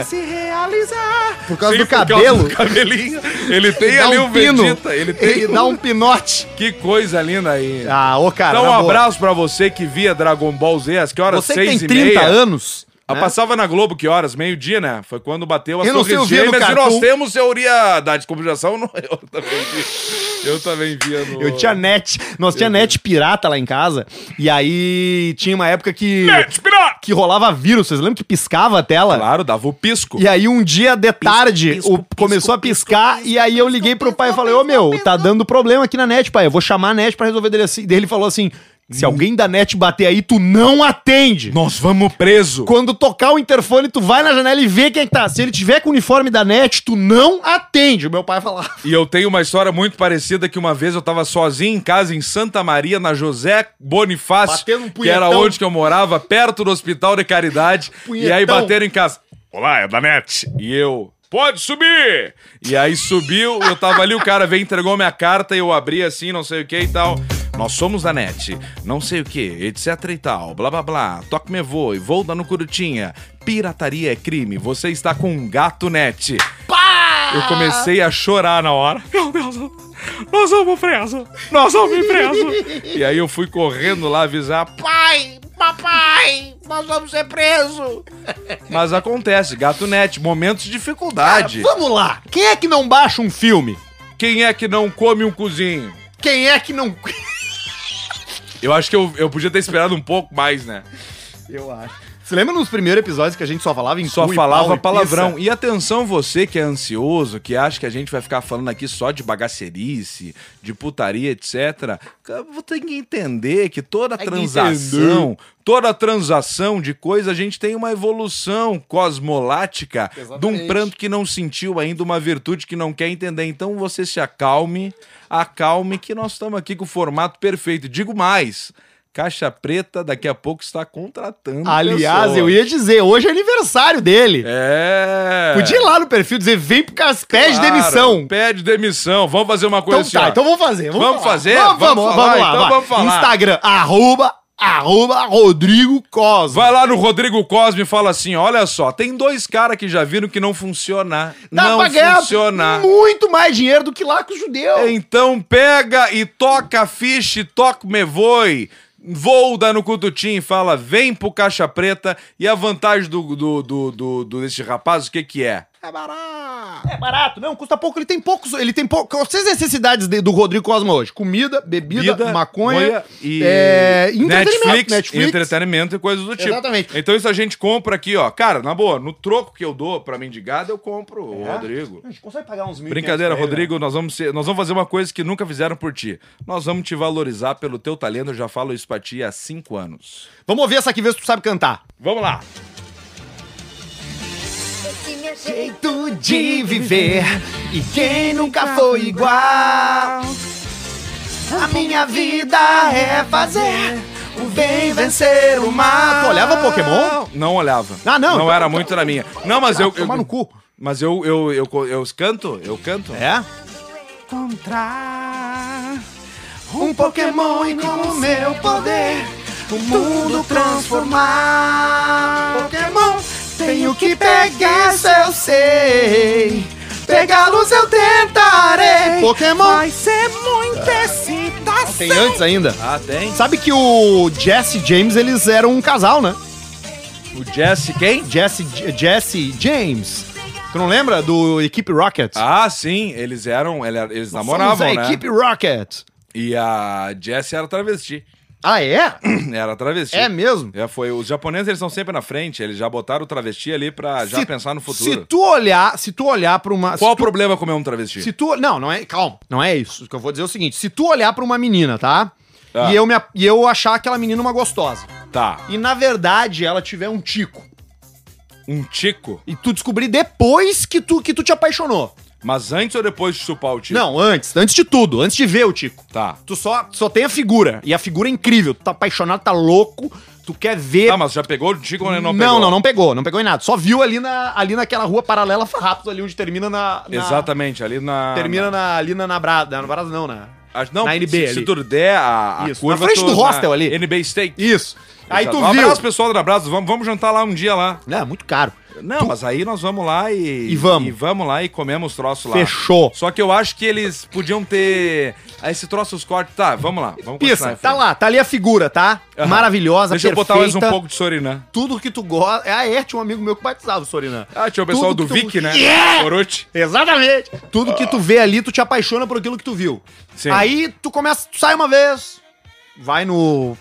Speaker 1: Por causa
Speaker 3: Sim,
Speaker 1: do
Speaker 3: por causa
Speaker 1: cabelo.
Speaker 3: do cabelinho. Ele tem
Speaker 1: Dá
Speaker 3: ali
Speaker 1: um
Speaker 3: o
Speaker 1: pino.
Speaker 3: Vegeta. Ele tem.
Speaker 1: Ele dá um pinote.
Speaker 3: Que coisa linda aí.
Speaker 1: Ah, ô cara.
Speaker 3: Então, um
Speaker 1: na boa.
Speaker 3: abraço pra você que via Dragon Ball Z, às que horas?
Speaker 1: Você que
Speaker 3: Seis
Speaker 1: tem
Speaker 3: e
Speaker 1: 30
Speaker 3: meia.
Speaker 1: anos.
Speaker 3: Ah,
Speaker 1: né?
Speaker 3: Passava na Globo que horas? Meio-dia, né? Foi quando bateu as
Speaker 1: Eu não sei, eu
Speaker 3: torres
Speaker 1: via no
Speaker 3: gêmeas e nós
Speaker 1: Cartoon.
Speaker 3: temos teoria da descompensação. Não, eu também via. Eu também via no...
Speaker 1: Eu tinha net. Nós tinha net pirata lá em casa. E aí tinha uma época que.
Speaker 3: Espirar!
Speaker 1: Que rolava vírus. Vocês lembram que piscava a tela?
Speaker 3: Claro, dava o pisco.
Speaker 1: E aí um dia de tarde o- começou a piscar e aí eu liguei pro pai e falei: "Ô meu, tá dando problema aqui na net, pai. Eu vou chamar a net pra resolver dele assim". Daí ele falou assim: "Se
Speaker 3: Hum.
Speaker 1: alguém da net bater aí, tu não atende".
Speaker 3: Nós vamos preso.
Speaker 1: Quando tocar o interfone, tu vai na janela e vê quem é que tá. Se ele tiver com o uniforme da net, tu não atende. O meu pai falava.
Speaker 3: E eu tenho uma história muito parecida que uma vez eu tava sozinho em casa em Santa Maria, na José Bonifácio,
Speaker 1: Batendo um
Speaker 3: que era
Speaker 1: punhetão.
Speaker 3: onde que eu morava, perto do Hospital de Caridade. E aí
Speaker 1: Punhetão.
Speaker 3: bateram em casa. Olá, é da NET. E eu... Pode subir! E aí subiu, eu tava ali, o cara veio, entregou minha carta, eu abri assim, não sei o que e tal. Nós somos da NET, não sei o que, etc e tal, blá blá blá, toque me voe, vou dar no Curutinha, pirataria é crime, você está com um gato net. Eu comecei a chorar na hora. Meu Deus, nós vamos preso! Nós vamos ir preso! e aí eu fui correndo lá avisar. Pai, papai, nós vamos ser presos! Mas acontece, gato net, momentos de dificuldade.
Speaker 1: Vamos lá. Quem é que não baixa um filme?
Speaker 3: Quem é que não come um cozinho?
Speaker 1: Quem é que não
Speaker 3: Eu acho que eu, eu podia ter esperado um pouco mais, né?
Speaker 1: Eu acho. Você lembra nos primeiros episódios que a gente só falava em
Speaker 3: Só
Speaker 1: cu e pau
Speaker 3: falava
Speaker 1: e
Speaker 3: palavrão.
Speaker 1: pizza?
Speaker 3: E atenção, você que é ansioso, que acha que a gente vai ficar falando aqui só de bagacerice, de putaria, etc. Você tem que entender que toda transação, toda transação de coisa, a gente tem uma evolução cosmolática de um pranto que não sentiu ainda, uma virtude que não quer entender. Então você se acalme, acalme, que nós estamos aqui com o formato perfeito. Digo mais. Caixa Preta daqui a pouco está contratando.
Speaker 1: Aliás, eu
Speaker 3: pessoas.
Speaker 1: ia dizer, hoje é aniversário dele.
Speaker 3: É.
Speaker 1: Podia ir lá no perfil dizer, vem pro Cas- pede
Speaker 3: Claro,
Speaker 1: demissão.
Speaker 3: Pede demissão. Vamos fazer uma coisa assim,
Speaker 1: Então tá,
Speaker 3: ó.
Speaker 1: então vamos fazer.
Speaker 3: Vamos
Speaker 1: falar.
Speaker 3: fazer?
Speaker 1: Vamos,
Speaker 3: Vamos
Speaker 1: vamos, vamos,
Speaker 3: falar,
Speaker 1: lá.
Speaker 3: então
Speaker 1: vai.
Speaker 3: vamos falar.
Speaker 1: Instagram, arroba, arroba Rodrigo Cosmo.
Speaker 3: Vai lá no Rodrigo Cosme e fala assim: olha só, tem dois caras que já viram que não funciona.
Speaker 1: Dá
Speaker 3: não
Speaker 1: pra ganhar um
Speaker 3: funciona. É
Speaker 1: muito mais dinheiro do que lá com o judeu.
Speaker 3: Então pega e toca a ficha e toca o me voe. Volda no Cututim, fala, vem pro Caixa Preta. E a vantagem do, do, do, do- do- desse rapaz, o que que é?
Speaker 1: É barato. É barato, não, custa pouco, ele tem poucos, ele tem pouco, quais as necessidades de- do Rodrigo Cosma hoje? Comida, bebida,
Speaker 3: Bebida,
Speaker 1: maconha,
Speaker 3: moia e
Speaker 1: é, entretenimento,
Speaker 3: Netflix,
Speaker 1: Netflix,
Speaker 3: entretenimento e coisas do tipo.
Speaker 1: Exatamente.
Speaker 3: Então isso a gente compra aqui, ó. Cara, na boa, no troco que eu dou pra mendigada, eu compro,
Speaker 1: É.
Speaker 3: o Rodrigo.
Speaker 1: A gente consegue pagar uns mil
Speaker 3: Brincadeira,
Speaker 1: né?
Speaker 3: Rodrigo, nós vamos, ser- nós vamos fazer uma coisa que nunca fizeram por ti. Nós vamos te valorizar pelo teu talento, eu já falo isso pra ti há cinco anos.
Speaker 1: né? Vamos ouvir essa aqui, ver se tu sabe cantar.
Speaker 3: Vamos lá.
Speaker 1: Jeito de viver e quem nunca foi igual. A minha vida é fazer o bem vencer o mal. Tu olhava Pokémon?
Speaker 3: Não olhava.
Speaker 1: é Ah, não,
Speaker 3: Não
Speaker 1: então- Ah,
Speaker 3: era muito na minha. Não, mas eu... eu
Speaker 1: Tomar no cu.
Speaker 3: Mas eu, eu, eu, eu, canto, eu canto.
Speaker 1: É? Um Pokémon e com o meu poder o mundo transformar. Pokémon, tenho que pegar, isso eu sei. Pegá-los eu tentarei. Pokémon. Vai ser muita excitação. Tem antes ainda.
Speaker 3: Ah, tem.
Speaker 1: Sabe que o Jesse e James, eles eram um casal, né?
Speaker 3: O Jesse quem?
Speaker 1: Jesse, Jesse e James. Tu não lembra do Equipe Rocket?
Speaker 3: Ah, sim, eles eram, ele- eles namoravam,
Speaker 1: Somos a
Speaker 3: né?
Speaker 1: Equipe Rocket.
Speaker 3: E a Jessie era travesti.
Speaker 1: Ah, é?
Speaker 3: Era travesti.
Speaker 1: É mesmo?
Speaker 3: É, foi. Os japoneses, eles são sempre na frente. Eles já botaram o travesti ali pra já pensar no
Speaker 1: Se
Speaker 3: futuro.
Speaker 1: tu olhar, se tu olhar pra uma... se
Speaker 3: Qual o
Speaker 1: tu-
Speaker 3: problema comer um travesti?
Speaker 1: Se tu. Não, não é. Calma, não é isso. O que eu vou dizer é o seguinte: se tu olhar pra uma menina, tá?
Speaker 3: Tá.
Speaker 1: E, eu me, a- e eu achar aquela menina uma gostosa.
Speaker 3: Tá.
Speaker 1: E na verdade ela tiver um tico.
Speaker 3: Um tico.
Speaker 1: E tu descobrir depois que tu, que tu te apaixonou.
Speaker 3: Mas antes ou depois de chupar o tico?
Speaker 1: Não, antes. Antes de tudo, antes de ver o tico.
Speaker 3: Tá.
Speaker 1: Tu só, só tem a figura. E a figura é incrível. Tu tá apaixonado, tá louco. Tu quer ver.
Speaker 3: Tá, mas já pegou o tico ou não,
Speaker 1: não,
Speaker 3: pegou?
Speaker 1: não, não, pegou, não pegou em nada. Só viu ali, na, ali naquela rua paralela Farrapos, ali onde termina na. na-
Speaker 3: Exatamente, ali na.
Speaker 1: Termina na, ali na, na Brada. Na Brada não, né?
Speaker 3: na, acho- não,
Speaker 1: na NB
Speaker 3: se,
Speaker 1: ali.
Speaker 3: se tu der a, a
Speaker 1: Isso,
Speaker 3: curva.
Speaker 1: na frente
Speaker 3: tu-
Speaker 1: do hostel ali.
Speaker 3: NB Steak.
Speaker 1: Isso. Aí
Speaker 3: Exato.
Speaker 1: tu
Speaker 3: Um
Speaker 1: viu.
Speaker 3: abraço, pessoal da Brasa. Vamos, vamos jantar lá um dia lá.
Speaker 1: Não, é muito caro.
Speaker 3: Não, mas aí nós vamos lá e.
Speaker 1: E vamos.
Speaker 3: E vamos lá e comemos troço lá.
Speaker 1: Fechou.
Speaker 3: Só que eu acho que eles podiam ter. ah, Esse troço, os cortes. Tá, vamos lá. Vamos
Speaker 1: Pisa,
Speaker 3: continuar,
Speaker 1: tá lá, tá ali a figura, tá?
Speaker 3: Aham.
Speaker 1: Maravilhosa,
Speaker 3: Deixa eu
Speaker 1: perfeita.
Speaker 3: botar mais um pouco de Sorinã.
Speaker 1: Tudo que tu gosta. É a Erte, um amigo meu que batizava o Sorinã.
Speaker 3: Ah, tinha o
Speaker 1: Tudo
Speaker 3: pessoal do
Speaker 1: que tu-
Speaker 3: Vic, né?
Speaker 1: Yeah!
Speaker 3: Orochi.
Speaker 1: Exatamente. Tudo que tu vê ali, tu te apaixona por aquilo que tu viu.
Speaker 3: Sim.
Speaker 1: Aí tu começa, tu sai uma vez, vai no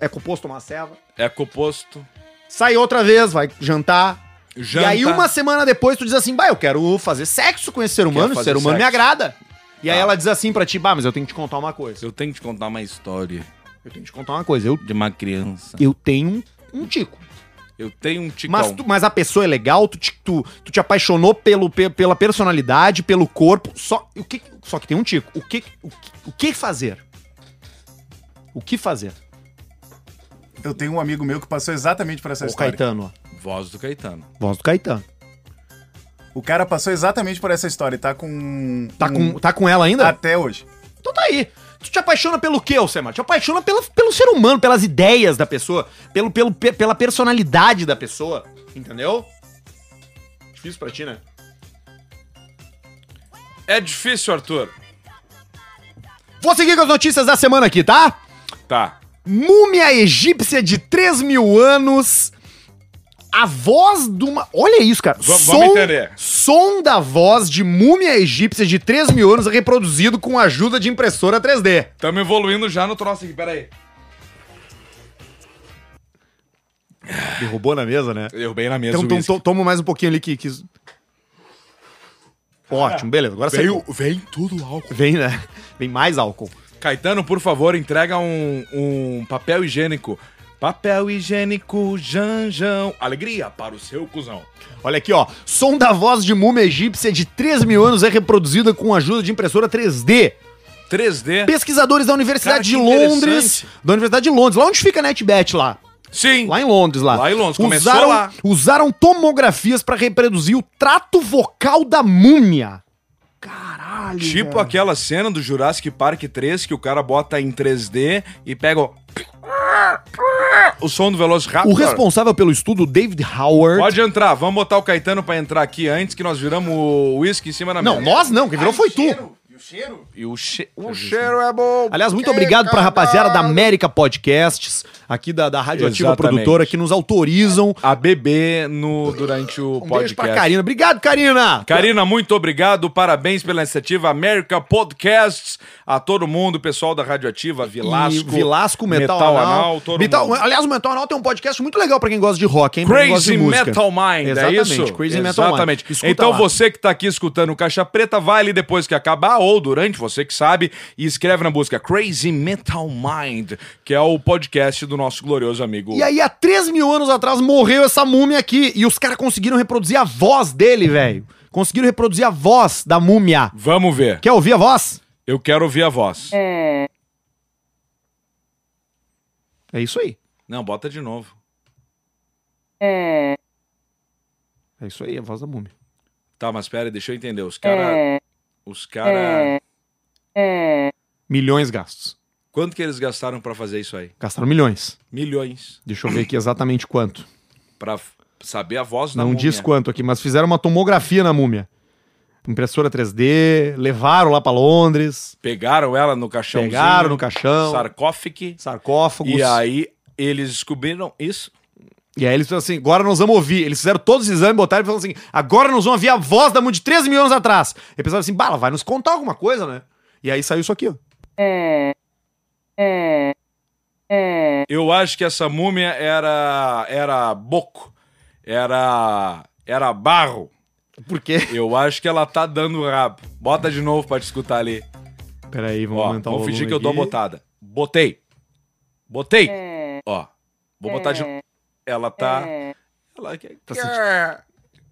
Speaker 1: é composto tomar ceva,
Speaker 3: É composto.
Speaker 1: sai outra vez, vai jantar.
Speaker 3: Janta.
Speaker 1: E aí uma semana depois tu diz assim, bah, eu quero fazer sexo com esse ser humano, esse
Speaker 3: fazer
Speaker 1: ser humano
Speaker 3: sexo.
Speaker 1: me agrada. E aí
Speaker 3: Tá.
Speaker 1: ela diz assim pra ti, bah, mas eu tenho que te contar uma coisa.
Speaker 3: Eu tenho que te contar uma história
Speaker 1: Eu tenho que te contar uma coisa, eu,
Speaker 3: de uma criança.
Speaker 1: eu tenho um, um tico.
Speaker 3: Eu tenho um ticão.
Speaker 1: Mas, tu- mas a pessoa é legal, tu te, tu, tu te apaixonou pelo, pe- pela personalidade, pelo corpo, só, o que, só que tem um tico. O que, o, que- o que fazer? O que fazer?
Speaker 6: Eu tenho um amigo meu que passou exatamente por essa
Speaker 1: Ô,
Speaker 6: história.
Speaker 1: Caetano, ó.
Speaker 3: Voz do Caetano.
Speaker 1: Voz do Caetano.
Speaker 6: O cara passou exatamente por essa história e tá com. um
Speaker 1: Tá com, tá com ela ainda?
Speaker 6: Até hoje.
Speaker 1: Então tá aí. Tu te apaixona pelo quê, Alcemar? Te apaixona pela, pelo ser humano, pelas ideias da pessoa, pelo, pelo, pe- pela personalidade da pessoa. Entendeu? Difícil pra ti, né?
Speaker 3: É difícil, Arthur.
Speaker 1: Vou seguir com as notícias da semana aqui, tá?
Speaker 3: Tá.
Speaker 1: Múmia egípcia de 3 mil anos. A voz de uma. Olha isso, cara.
Speaker 3: Vam- vamos entender.
Speaker 1: som da voz de múmia egípcia de 3 mil anos reproduzido com a ajuda de impressora 3D.
Speaker 3: Tamo evoluindo já no troço aqui, peraí.
Speaker 1: Derrubou na mesa, né?
Speaker 3: Eu bem na mesa.
Speaker 1: Então
Speaker 3: Então,
Speaker 1: tom, tom- toma mais um pouquinho ali que. que- Ótimo, beleza. Agora saiu.
Speaker 3: vem tudo álcool.
Speaker 1: Vem, né? Vem mais álcool.
Speaker 3: Caetano, por favor, entrega um, um papel higiênico. Papel higiênico, Janjão. Alegria para o seu cuzão.
Speaker 1: Olha aqui, ó. Som da voz de múmia egípcia de 3 mil anos é reproduzida com a ajuda de impressora 3D.
Speaker 3: 3D.
Speaker 1: Pesquisadores da Universidade
Speaker 3: Cara, que
Speaker 1: de Londres.
Speaker 3: interessante.
Speaker 1: Da Universidade de Londres, lá onde fica a NetBet lá.
Speaker 3: Sim.
Speaker 1: Lá em Londres, lá.
Speaker 3: Lá em Londres, começou
Speaker 1: usaram,
Speaker 3: lá.
Speaker 1: Usaram tomografias pra reproduzir o trato vocal da múmia. Caralho.
Speaker 3: Tipo aquela cena do Jurassic Park 3 que o cara bota em 3D e pega o, o som do Velociraptor.
Speaker 1: O responsável pelo estudo, David Howard.
Speaker 3: Pode entrar, vamos botar o Caetano pra entrar aqui antes que nós viramos o uísque em cima da mesa.
Speaker 1: Não, nós não, quem virou foi tu.
Speaker 6: o cheiro?
Speaker 2: E o, che- o cheiro é bom.
Speaker 1: Aliás, muito
Speaker 2: Que
Speaker 1: obrigado
Speaker 3: É,
Speaker 1: pra rapaziada da
Speaker 2: cagada.
Speaker 1: América Podcasts, aqui da, da Radioativa
Speaker 3: Exatamente.
Speaker 1: Produtora, que nos autorizam.
Speaker 3: A bebê no, durante o
Speaker 1: Um beijo
Speaker 3: podcast.
Speaker 1: pra Karina. Obrigado, Karina!
Speaker 3: Karina, muito obrigado. Parabéns pela iniciativa America Podcasts. A todo mundo, pessoal da Radioativa,
Speaker 1: E
Speaker 3: Vilasco.
Speaker 1: Vilasco, Metal,
Speaker 3: Metal
Speaker 1: Anal.
Speaker 3: Anal, todo
Speaker 1: Metal-
Speaker 3: mundo.
Speaker 1: Aliás, o Metal Anal tem um podcast muito legal pra quem gosta de rock, hein? Pra quem gosta
Speaker 3: Crazy
Speaker 1: de música.
Speaker 3: Metal Mind,
Speaker 1: Exatamente,
Speaker 3: é isso?
Speaker 1: Crazy Metal Mind.
Speaker 3: Exatamente.
Speaker 1: Escuta
Speaker 3: Então
Speaker 1: lá.
Speaker 3: você que tá aqui escutando o Caixa Preta, vai ali depois que acabar ou durante, você que sabe, e escreve na busca Crazy Metal Mind, que é o podcast do nosso glorioso amigo.
Speaker 1: E aí, há 3 mil anos atrás, morreu essa múmia aqui. E os caras conseguiram reproduzir a voz dele, velho. Conseguiram reproduzir a voz da múmia.
Speaker 3: Vamos ver.
Speaker 1: Quer ouvir a voz?
Speaker 3: Eu quero ouvir a voz.
Speaker 1: É isso aí.
Speaker 3: Não, bota de novo.
Speaker 1: É isso aí, a voz da múmia.
Speaker 3: Tá, mas pera, aí, deixa eu entender. Os caras. Os caras.
Speaker 1: Milhões gastos.
Speaker 3: Quanto que eles gastaram pra fazer isso aí?
Speaker 1: Gastaram milhões.
Speaker 3: Milhões.
Speaker 1: Deixa eu ver aqui exatamente quanto.
Speaker 3: Pra f- saber a voz da
Speaker 1: Não
Speaker 3: múmia.
Speaker 1: diz quanto aqui, mas fizeram uma tomografia na múmia. Impressora 3D, levaram lá pra Londres,
Speaker 3: Pegaram ela no caixãozinho.
Speaker 1: pegaram no caixão,
Speaker 3: Sarcófago.
Speaker 1: sarcófagos.
Speaker 3: E aí eles descobriram isso.
Speaker 1: E aí eles falaram assim, agora nós vamos ouvir. Eles fizeram todos os exames, botaram e falaram assim, agora nós vamos ouvir a voz da mulher de 13 mil anos atrás. E pensaram assim, bala, vai nos contar alguma coisa, né? E aí saiu isso aqui, ó.
Speaker 3: Eu acho que essa múmia era era boco, era era barro.
Speaker 1: Por quê?
Speaker 3: Eu acho que ela tá dando rabo. Bota de novo pra te escutar ali.
Speaker 1: Peraí, vamos
Speaker 3: Ó,
Speaker 1: aumentar o
Speaker 3: vou
Speaker 1: volume
Speaker 3: fingir que eu dou a
Speaker 1: aqui.
Speaker 3: botada. Botei. Botei. Ó, vou botar de novo. Ela tá ela quer,
Speaker 1: Tá
Speaker 3: quer,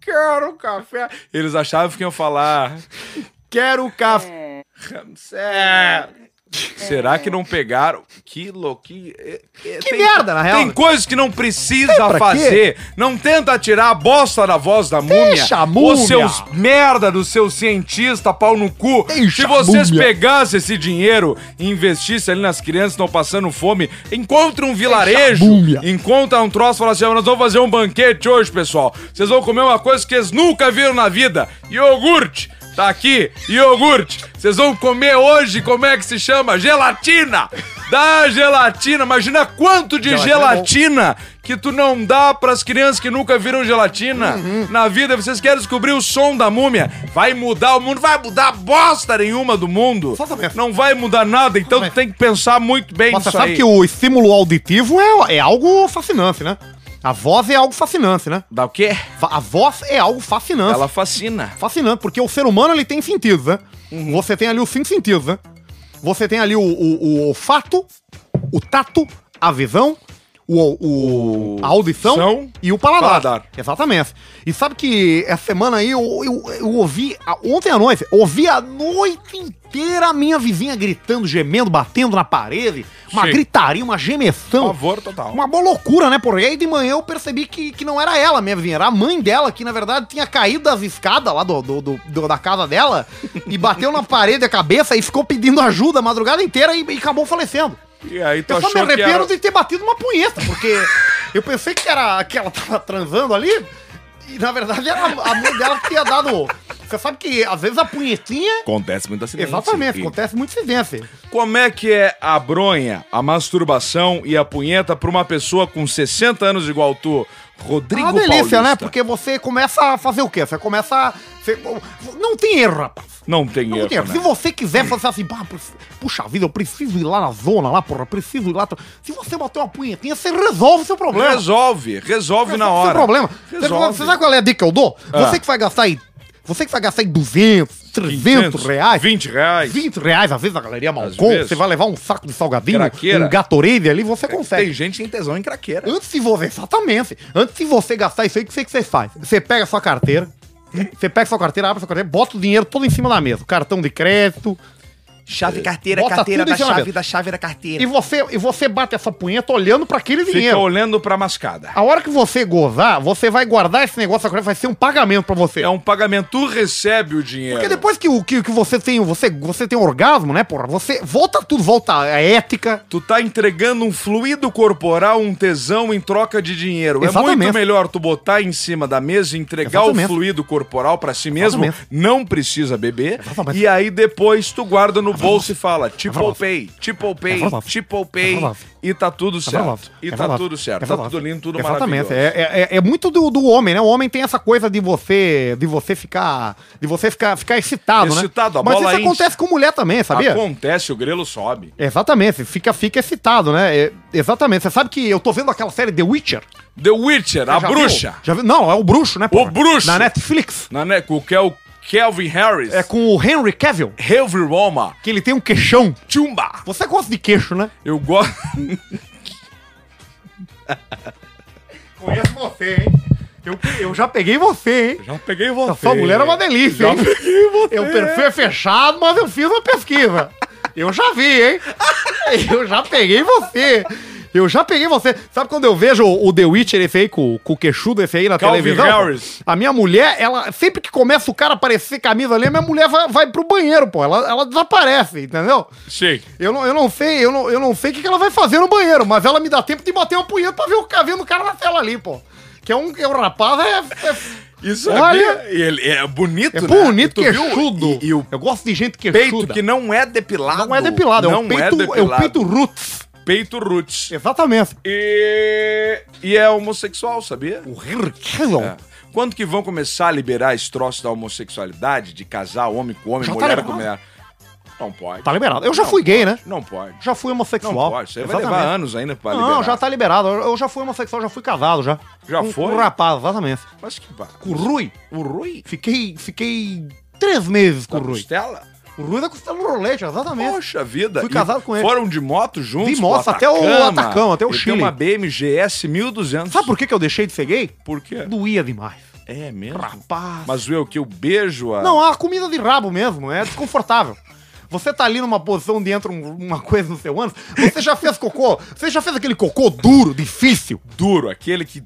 Speaker 3: quero um café. Eles achavam que iam falar
Speaker 1: Quero café.
Speaker 3: Ramsé. Será que não pegaram? Que louquinho. É,
Speaker 1: Que merda, na real.
Speaker 3: Tem coisas que não
Speaker 1: Tem
Speaker 3: precisa
Speaker 1: pra
Speaker 3: fazer. Não tenta tirar a bosta da voz da múmia.
Speaker 1: Deixa a múmia.
Speaker 3: Os seus merda do seu cientista, pau no cu.
Speaker 1: Deixa
Speaker 3: Se
Speaker 1: a
Speaker 3: vocês
Speaker 1: múmia.
Speaker 3: pegassem esse dinheiro e investissem ali nas crianças que estão passando fome, encontra um vilarejo,
Speaker 1: a múmia.
Speaker 3: encontra um troço e fala assim, "Ó, nós vamos fazer um banquete hoje, pessoal. Vocês vão comer uma coisa que eles nunca viram na vida. Iogurte. Tá aqui, iogurte. Vocês vão comer hoje, como é que se chama? Gelatina. Dá gelatina. Imagina quanto de
Speaker 1: é
Speaker 3: gelatina que tu não dá pras crianças que nunca viram gelatina
Speaker 1: Uhum.
Speaker 3: na vida. Vocês querem descobrir o som da múmia? Vai mudar o mundo, vai mudar bosta nenhuma do mundo. Não vai mudar nada, então tu tem que pensar muito bem
Speaker 1: Nossa,
Speaker 3: nisso
Speaker 1: sabe
Speaker 3: aí.
Speaker 1: que o estímulo auditivo é, é algo fascinante, né? A voz é algo fascinante, né?
Speaker 3: Dá o quê?
Speaker 1: Fa- A voz é algo fascinante.
Speaker 3: Ela fascina.
Speaker 1: Fascinante, porque o ser humano ele tem sentidos, né?
Speaker 3: Uhum.
Speaker 1: Você tem ali os cinco sentidos, né? Você tem ali o, o- o olfato, o tato, a visão, o, o- a audição
Speaker 3: som
Speaker 1: e o paladar.
Speaker 3: paladar.
Speaker 1: Exatamente. E sabe que essa semana aí eu, eu- eu ouvi, a- ontem à noite, ouvi a noite inteira a minha vizinha gritando, gemendo, batendo na parede. Uma
Speaker 3: Sim.
Speaker 1: gritaria, uma gemeção.
Speaker 3: Favor total.
Speaker 1: Uma boa loucura, né? Porque aí de manhã eu percebi que, que não era ela, minha vizinha. Era a mãe dela, que na verdade tinha caído das escadas lá do, do, do- do- da casa dela e bateu na parede a cabeça e ficou pedindo ajuda a madrugada inteira e, e acabou falecendo.
Speaker 3: E aí tu
Speaker 1: Eu só me
Speaker 3: achou que
Speaker 1: arrependo
Speaker 3: era...
Speaker 1: de ter batido uma punheta, porque eu pensei que, era, que ela tava transando ali e na verdade era a a mãe dela que tinha dado. Você sabe que às vezes a punhetinha.
Speaker 2: Acontece muito acidente.
Speaker 1: Exatamente,
Speaker 2: E-
Speaker 1: acontece muito incidência.
Speaker 3: Como é que é a bronha, a masturbação e a punheta pra uma pessoa com 60 anos igual tu?
Speaker 1: É
Speaker 3: Rodrigo
Speaker 1: uma delícia,
Speaker 3: Paulista.
Speaker 1: né? Porque você começa a fazer o quê? Você começa a. você- Não tem erro, rapaz.
Speaker 3: Não tem
Speaker 1: Não
Speaker 3: erro,
Speaker 1: tem um erro. Se
Speaker 3: né?
Speaker 1: você quiser fazer assim, "Bah, preci- puxa vida, eu preciso ir lá na zona, lá, porra, preciso ir lá. Se você bater uma punhetinha, você resolve seu problema.
Speaker 3: Resolve, resolve na hora.
Speaker 1: Seu problema.
Speaker 3: Resolve. Ah.
Speaker 1: Você sabe qual é a dica que eu dou? Você que vai gastar aí. Você que vai gastar aí 200, 300 reais.
Speaker 3: 20 reais.
Speaker 1: 20 reais, às vezes a galeria
Speaker 3: Às
Speaker 1: malcou,
Speaker 3: vezes.
Speaker 1: você vai levar um saco de salgadinho,
Speaker 3: Craqueira.
Speaker 1: um gatorade ali, você consegue.
Speaker 3: Tem gente que tem tesão em craqueira.
Speaker 1: Antes de você, exatamente. Antes de você gastar isso aí, o que você, que você faz? Você pega a sua carteira, você pega a sua carteira, abre a sua carteira, bota o dinheiro todo em cima da mesa. Cartão de crédito,
Speaker 4: Chave, carteira,
Speaker 1: Bota
Speaker 4: carteira
Speaker 1: tudo
Speaker 4: da
Speaker 1: em cima
Speaker 4: chave,
Speaker 1: mesmo.
Speaker 4: da chave da carteira.
Speaker 1: E você, e você bate essa punheta olhando pra aquele
Speaker 3: Fica
Speaker 1: dinheiro.
Speaker 3: olhando pra mascada.
Speaker 1: A hora que você gozar, você vai guardar esse negócio agora, vai ser um pagamento pra você.
Speaker 3: É um pagamento, tu recebe o dinheiro.
Speaker 1: Porque depois que, o- que, que você tem você, você tem orgasmo, né, porra? Você volta tudo, volta a ética.
Speaker 3: Tu tá entregando um fluido corporal, um tesão em troca de dinheiro. É
Speaker 1: Exatamente.
Speaker 3: muito melhor tu botar em cima da mesa e entregar
Speaker 1: Exatamente.
Speaker 3: o fluido corporal pra si mesmo,
Speaker 1: Exatamente.
Speaker 3: não precisa beber.
Speaker 1: Exatamente.
Speaker 3: E aí depois tu guarda no bolso e fala: tipo pay, tipo pay,
Speaker 1: verdade.
Speaker 3: tipo
Speaker 1: É
Speaker 3: pay.
Speaker 1: verdade.
Speaker 3: E tá tudo certo.
Speaker 1: verdade.
Speaker 3: E
Speaker 1: É
Speaker 3: tá
Speaker 1: verdade.
Speaker 3: tudo certo.
Speaker 1: É
Speaker 3: Tá
Speaker 1: verdade.
Speaker 3: tudo lindo, tudo
Speaker 1: Exatamente.
Speaker 3: maravilhoso.
Speaker 1: É, é- é muito do, do homem, né? O homem tem essa coisa de você de você ficar de você ficar, ficar excitado, né?
Speaker 3: Excitado, a
Speaker 1: Mas
Speaker 3: bola
Speaker 1: isso
Speaker 3: enche. Ah,
Speaker 1: acontece com mulher também, sabia?
Speaker 3: Acontece, o grelo sobe.
Speaker 1: Exatamente, fica, fica excitado, né? É, exatamente. Você sabe que eu tô vendo aquela série The Witcher.
Speaker 3: The Witcher, a
Speaker 1: Já
Speaker 3: bruxa.
Speaker 1: viu? Já viu? Não, é o bruxo, né? porra?
Speaker 3: bruxo.
Speaker 1: Na Netflix.
Speaker 3: Na né, com o que é o Kelvin Harris.
Speaker 1: É com o Henry Cavill,
Speaker 3: Helvin Roma.
Speaker 1: que ele tem um queixão.
Speaker 3: Chumba.
Speaker 1: Você gosta de queixo, né?
Speaker 3: Eu gosto.
Speaker 1: Conheço você, hein? Eu, eu já peguei você, hein?
Speaker 3: Já peguei você.
Speaker 1: A sua mulher é uma delícia, hein? Eu perfil é fechado, mas eu fiz uma pesquisa. Eu já vi, hein? Eu já peguei você. Eu já peguei você. Sabe quando eu vejo o The Witcher esse aí, com, com o queixudo esse aí na
Speaker 3: Calvin
Speaker 1: televisão?
Speaker 3: Harris.
Speaker 1: A minha mulher, ela. Sempre que começa o cara a aparecer camisa ali, a minha mulher vai, vai pro banheiro, pô. Ela, ela desaparece, entendeu?
Speaker 3: Sim.
Speaker 1: Eu não, eu não sei, eu não, eu não sei o que, que ela vai fazer no banheiro, mas ela me dá tempo de bater uma punheta pra ver o ca- vendo o cara na tela ali, pô. Que é um, que é um rapaz, é- é
Speaker 3: Isso
Speaker 1: Olha-
Speaker 3: é, bem- ele é bonito,
Speaker 1: É
Speaker 3: né?
Speaker 1: bonito,
Speaker 3: Tu viu?
Speaker 1: queixudo.
Speaker 3: E, e o
Speaker 1: Eu gosto de gente queixuda.
Speaker 3: peito que não é depilado.
Speaker 1: não é depilado, é
Speaker 3: não
Speaker 1: o peito, é, o peito É. roots.
Speaker 3: peito roots.
Speaker 1: Exatamente.
Speaker 3: E, e é homossexual, sabia?
Speaker 1: O Hirkilon.
Speaker 3: É. Quando que vão começar a liberar esse troço da homossexualidade, de casar homem com homem,
Speaker 1: Já tá
Speaker 3: mulher
Speaker 1: liberado.
Speaker 3: com mulher? Não pode.
Speaker 1: Tá liberado. Eu já
Speaker 3: Não
Speaker 1: fui gay, né?
Speaker 3: pode, Não pode.
Speaker 1: Já fui
Speaker 3: Não
Speaker 1: homossexual.
Speaker 3: pode. Você vai
Speaker 1: Exatamente.
Speaker 3: levar anos ainda pra liberar.
Speaker 1: Não, já tá liberado. Eu eu já fui homossexual, já fui casado já.
Speaker 3: Já
Speaker 1: Com-
Speaker 3: foi?
Speaker 1: Com um rapaz, exatamente.
Speaker 3: Mas que pá.
Speaker 1: Com o Rui.
Speaker 3: O Rui?
Speaker 1: Fiquei, fiquei três meses com o Rui.
Speaker 3: Costela?
Speaker 1: O Rui da costela no rolete, exatamente.
Speaker 3: Poxa vida.
Speaker 1: Fui
Speaker 3: E
Speaker 1: casado com ele.
Speaker 3: Foram de moto juntos?
Speaker 1: De moto,
Speaker 3: pro
Speaker 1: até o Atacama, até o
Speaker 3: Ele
Speaker 1: Chile.
Speaker 3: Tem uma BM GS 1200.
Speaker 1: Sabe por que, que eu deixei de ser gay?
Speaker 3: Por quê?
Speaker 1: Doía demais.
Speaker 3: É mesmo?
Speaker 1: Rapaz.
Speaker 3: Mas eu que eu beijo a...
Speaker 1: Não, é uma comida de rabo mesmo, é desconfortável. Você tá ali numa posição onde entra um- uma coisa no seu ânus, você já fez cocô, você já fez aquele cocô duro, difícil,
Speaker 3: Duro, aquele que...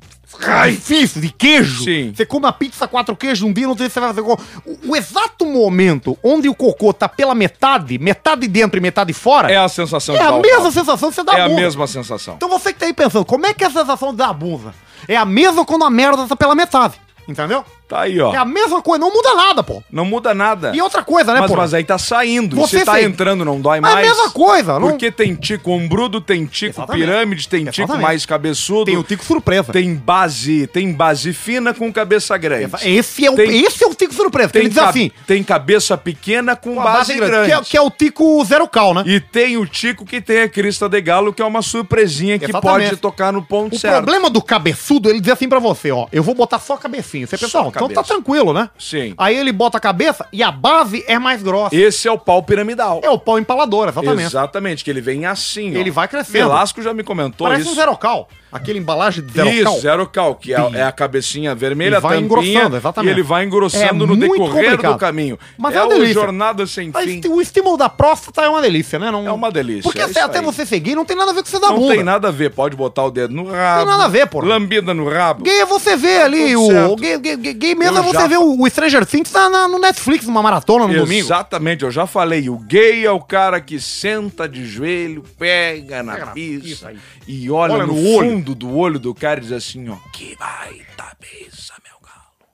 Speaker 1: difícil, de queijo.
Speaker 3: Sim.
Speaker 1: Você come uma pizza quatro queijos um dia, no outro dia você vai fazer cocô. O, o exato momento onde o cocô tá pela metade, metade dentro e metade fora,
Speaker 3: É
Speaker 1: é,
Speaker 3: a sensação
Speaker 1: a
Speaker 3: dar o
Speaker 1: mesma
Speaker 3: pau.
Speaker 1: sensação que você dá
Speaker 3: É a
Speaker 1: bunda.
Speaker 3: mesma sensação.
Speaker 1: Então você que tá aí pensando, como é que é a sensação de dar a bunda? É a mesma quando a merda tá pela metade, entendeu?
Speaker 3: Tá aí, ó.
Speaker 1: É a mesma coisa, não muda nada, pô.
Speaker 3: Não muda nada.
Speaker 1: E outra coisa, né,
Speaker 3: mas,
Speaker 1: pô?
Speaker 3: mas aí tá saindo. E
Speaker 1: Você
Speaker 3: Se tá
Speaker 1: sei-
Speaker 3: entrando, não dói
Speaker 1: Mas
Speaker 3: mais.
Speaker 1: é a mesma coisa, não-
Speaker 3: Porque tem tico ombrudo, tem tico
Speaker 1: Exatamente.
Speaker 3: pirâmide, tem tico
Speaker 1: Exatamente.
Speaker 3: mais cabeçudo.
Speaker 1: Tem o tico surpresa.
Speaker 3: Tem base, tem base fina com cabeça grande.
Speaker 1: Esse é o,
Speaker 3: Tem-
Speaker 1: esse é o tico surpresa. porque
Speaker 3: Tem,
Speaker 1: Ele diz
Speaker 3: ca-
Speaker 1: assim,
Speaker 3: tem cabeça pequena com,
Speaker 1: com a
Speaker 3: base, grande.
Speaker 1: Que é, que é o tico zero cal, né?
Speaker 3: E tem o Tico que tem a crista de galo, que é uma surpresinha que
Speaker 1: Exatamente.
Speaker 3: pode tocar no ponto
Speaker 1: o
Speaker 3: certo.
Speaker 1: problema do cabeçudo, ele diz assim pra você, ó, eu vou botar só a cabecinha. Você pensa,
Speaker 3: Só a
Speaker 1: "Não, então tá
Speaker 3: cabeça."
Speaker 1: tranquilo, né?
Speaker 3: Sim.
Speaker 1: Aí ele bota a cabeça e a base é mais grossa.
Speaker 3: Esse é o pau piramidal.
Speaker 1: É o pau empalador, exatamente.
Speaker 3: que ele vem assim,
Speaker 1: Ele vai crescendo.
Speaker 3: Velasco já me comentou
Speaker 1: Parece
Speaker 3: isso.
Speaker 1: um zero cal. Aquele embalagem de zero cal.
Speaker 3: Isso, zero cal, que é, é a cabecinha vermelha,
Speaker 1: E vai
Speaker 3: a tampinha,
Speaker 1: engrossando, exatamente.
Speaker 3: e ele vai
Speaker 1: É
Speaker 3: engrossando no
Speaker 1: muito
Speaker 3: decorrer
Speaker 1: complicado.
Speaker 3: do caminho.
Speaker 1: Mas é
Speaker 3: é
Speaker 1: uma
Speaker 3: o
Speaker 1: delícia.
Speaker 3: jornada sem
Speaker 1: Mas
Speaker 3: fim.
Speaker 1: o estímulo da próstata é uma delícia, né? Não...
Speaker 3: É uma delícia,
Speaker 1: Porque
Speaker 3: é
Speaker 1: até,
Speaker 3: isso
Speaker 1: até
Speaker 3: aí.
Speaker 1: você ser gay não tem nada a ver com você dar
Speaker 3: Não
Speaker 1: bunda.
Speaker 3: tem nada a ver, pode botar o dedo no rabo.
Speaker 1: nada a ver, porra.
Speaker 3: Lambida no rabo.
Speaker 1: Gay é você ver ali
Speaker 3: Tá tudo
Speaker 1: o.
Speaker 3: certo.
Speaker 1: Gay, gay, gay- gay mesmo é
Speaker 3: Eu
Speaker 1: você
Speaker 3: já-
Speaker 1: ver o, o Stranger Things na, na- no Netflix, numa maratona no é um domingo.
Speaker 3: Exatamente, eu já falei. O gay é o cara que senta de joelho, pega na pista e olha,
Speaker 1: Olha
Speaker 3: no,
Speaker 1: no olho.
Speaker 3: fundo do olho do cara e diz assim, ó, que baita beça, meu galo.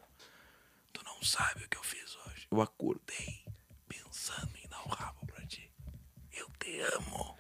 Speaker 3: Tu não sabe o que eu fiz hoje. Eu acordei pensando em dar o rabo pra ti. Eu te amo.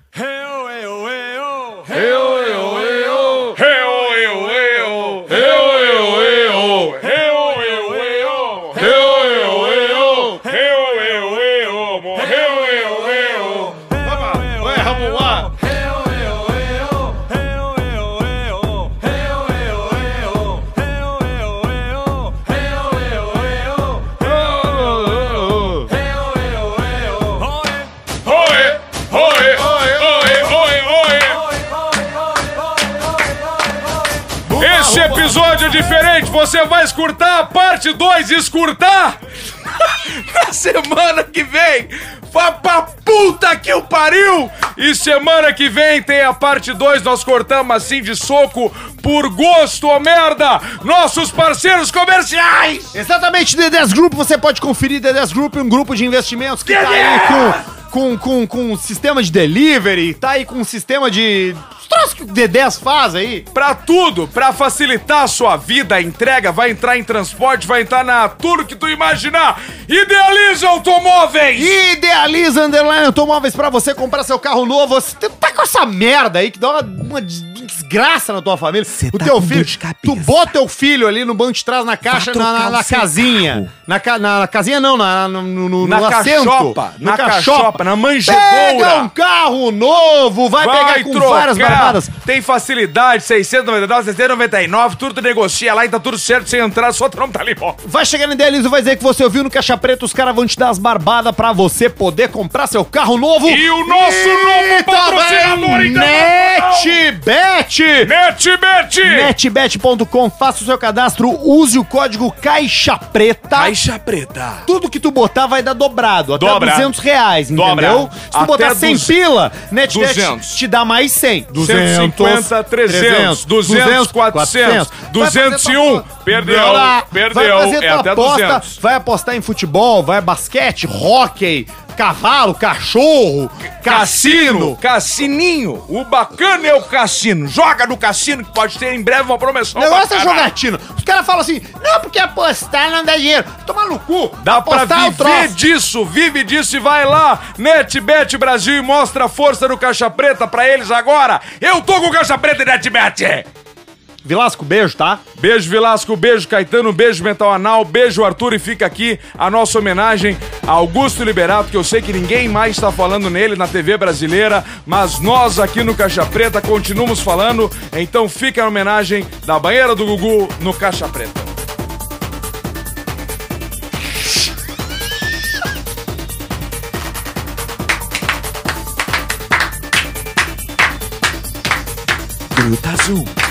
Speaker 3: Esse episódio é diferente, você vai escutar a parte 2, escutar! Na semana que vem, vá pra puta que o pariu! E semana que vem tem a parte 2, nós cortamos assim de soco por gosto, ô merda! Nossos parceiros comerciais!
Speaker 1: Exatamente, D10 Group, você pode conferir D10 Group, um grupo de investimentos que tá aí
Speaker 3: é?
Speaker 1: com, com, com, com um sistema de delivery, tá aí com um sistema de. Os troços que o D10 faz aí.
Speaker 3: Pra tudo, pra facilitar a sua vida, a entrega, vai entrar em transporte, vai entrar na tudo que tu imaginar. Idealiza automóveis!
Speaker 1: Idealiza Underline Automóveis pra você comprar seu carro novo. Você tá com essa merda aí que dá uma, uma desgraça na tua família. o
Speaker 7: tá
Speaker 1: teu
Speaker 7: com
Speaker 1: filho,
Speaker 7: dor de cabeça.
Speaker 1: tu bota teu filho ali no banco de trás na caixa, na, na-
Speaker 7: trocar o
Speaker 1: na
Speaker 7: seu
Speaker 1: casinha. Na, ca- na, na casinha não, na, no, no- no-
Speaker 3: Na
Speaker 1: no assento.
Speaker 3: cachopa,
Speaker 1: No
Speaker 3: na cachopa, na
Speaker 1: Pega um
Speaker 3: manjedoura.
Speaker 1: carro novo, vai,
Speaker 3: Vai
Speaker 1: pegar com
Speaker 3: trocar.
Speaker 1: várias barbadas.
Speaker 3: Tem facilidade, 699, 699, tudo tu negocia lá e tá tudo certo sem entrar, só tu não tá ali, ó.
Speaker 1: Vai chegar na Idealiza e vai dizer que você ouviu no Caixa Preta, os caras vão te dar as barbadas pra você poder comprar seu carro novo.
Speaker 3: E o nosso novo patrocinador então,
Speaker 1: também NetBet!
Speaker 3: NetBet!
Speaker 1: netbet.com, faça o seu cadastro, use o código Caixa Preta.
Speaker 3: Caixa preta.
Speaker 1: Tudo que tu botar vai dar dobrado, até
Speaker 3: Dobra.
Speaker 1: 200 reais, entendeu?
Speaker 3: Dobra.
Speaker 1: Se tu
Speaker 3: Até
Speaker 1: botar 100
Speaker 3: duz-
Speaker 1: pila, NetBet
Speaker 3: 200.
Speaker 1: te dá mais 100.
Speaker 3: 150, 300, 200, 400, 201. Perdeu, perdeu,
Speaker 1: Vai fazer
Speaker 3: é
Speaker 1: tua
Speaker 3: até
Speaker 1: aposta,
Speaker 3: 200.
Speaker 1: vai apostar em futebol, vai basquete, hóquei, cavalo, cachorro, cassino.
Speaker 3: Cassininho. O bacana é o cassino. Joga no cassino que pode ter em breve uma promoção.
Speaker 1: O negócio
Speaker 3: pra
Speaker 1: é
Speaker 3: caralho.
Speaker 1: jogatina. Os caras falam assim, não, porque apostar não dá dinheiro. Toma no cu.
Speaker 3: Dá pra
Speaker 1: apostar é o
Speaker 3: viver
Speaker 1: troço.
Speaker 3: disso, vive disso e vai lá, NetBet Brasil e mostra a força do Caixa Preta pra eles agora. Eu tô com o Caixa Preta e NetBet.
Speaker 1: Vilasco, beijo, tá?
Speaker 3: Beijo Vilasco, beijo Caetano, beijo Mental Anal, beijo Arthur e fica aqui a nossa homenagem a Augusto Liberato, que eu sei que ninguém mais tá falando nele na TV brasileira, mas nós aqui no Caixa Preta continuamos falando, então fica a homenagem da banheira do Gugu no Caixa Preta.
Speaker 7: Gruta Azul.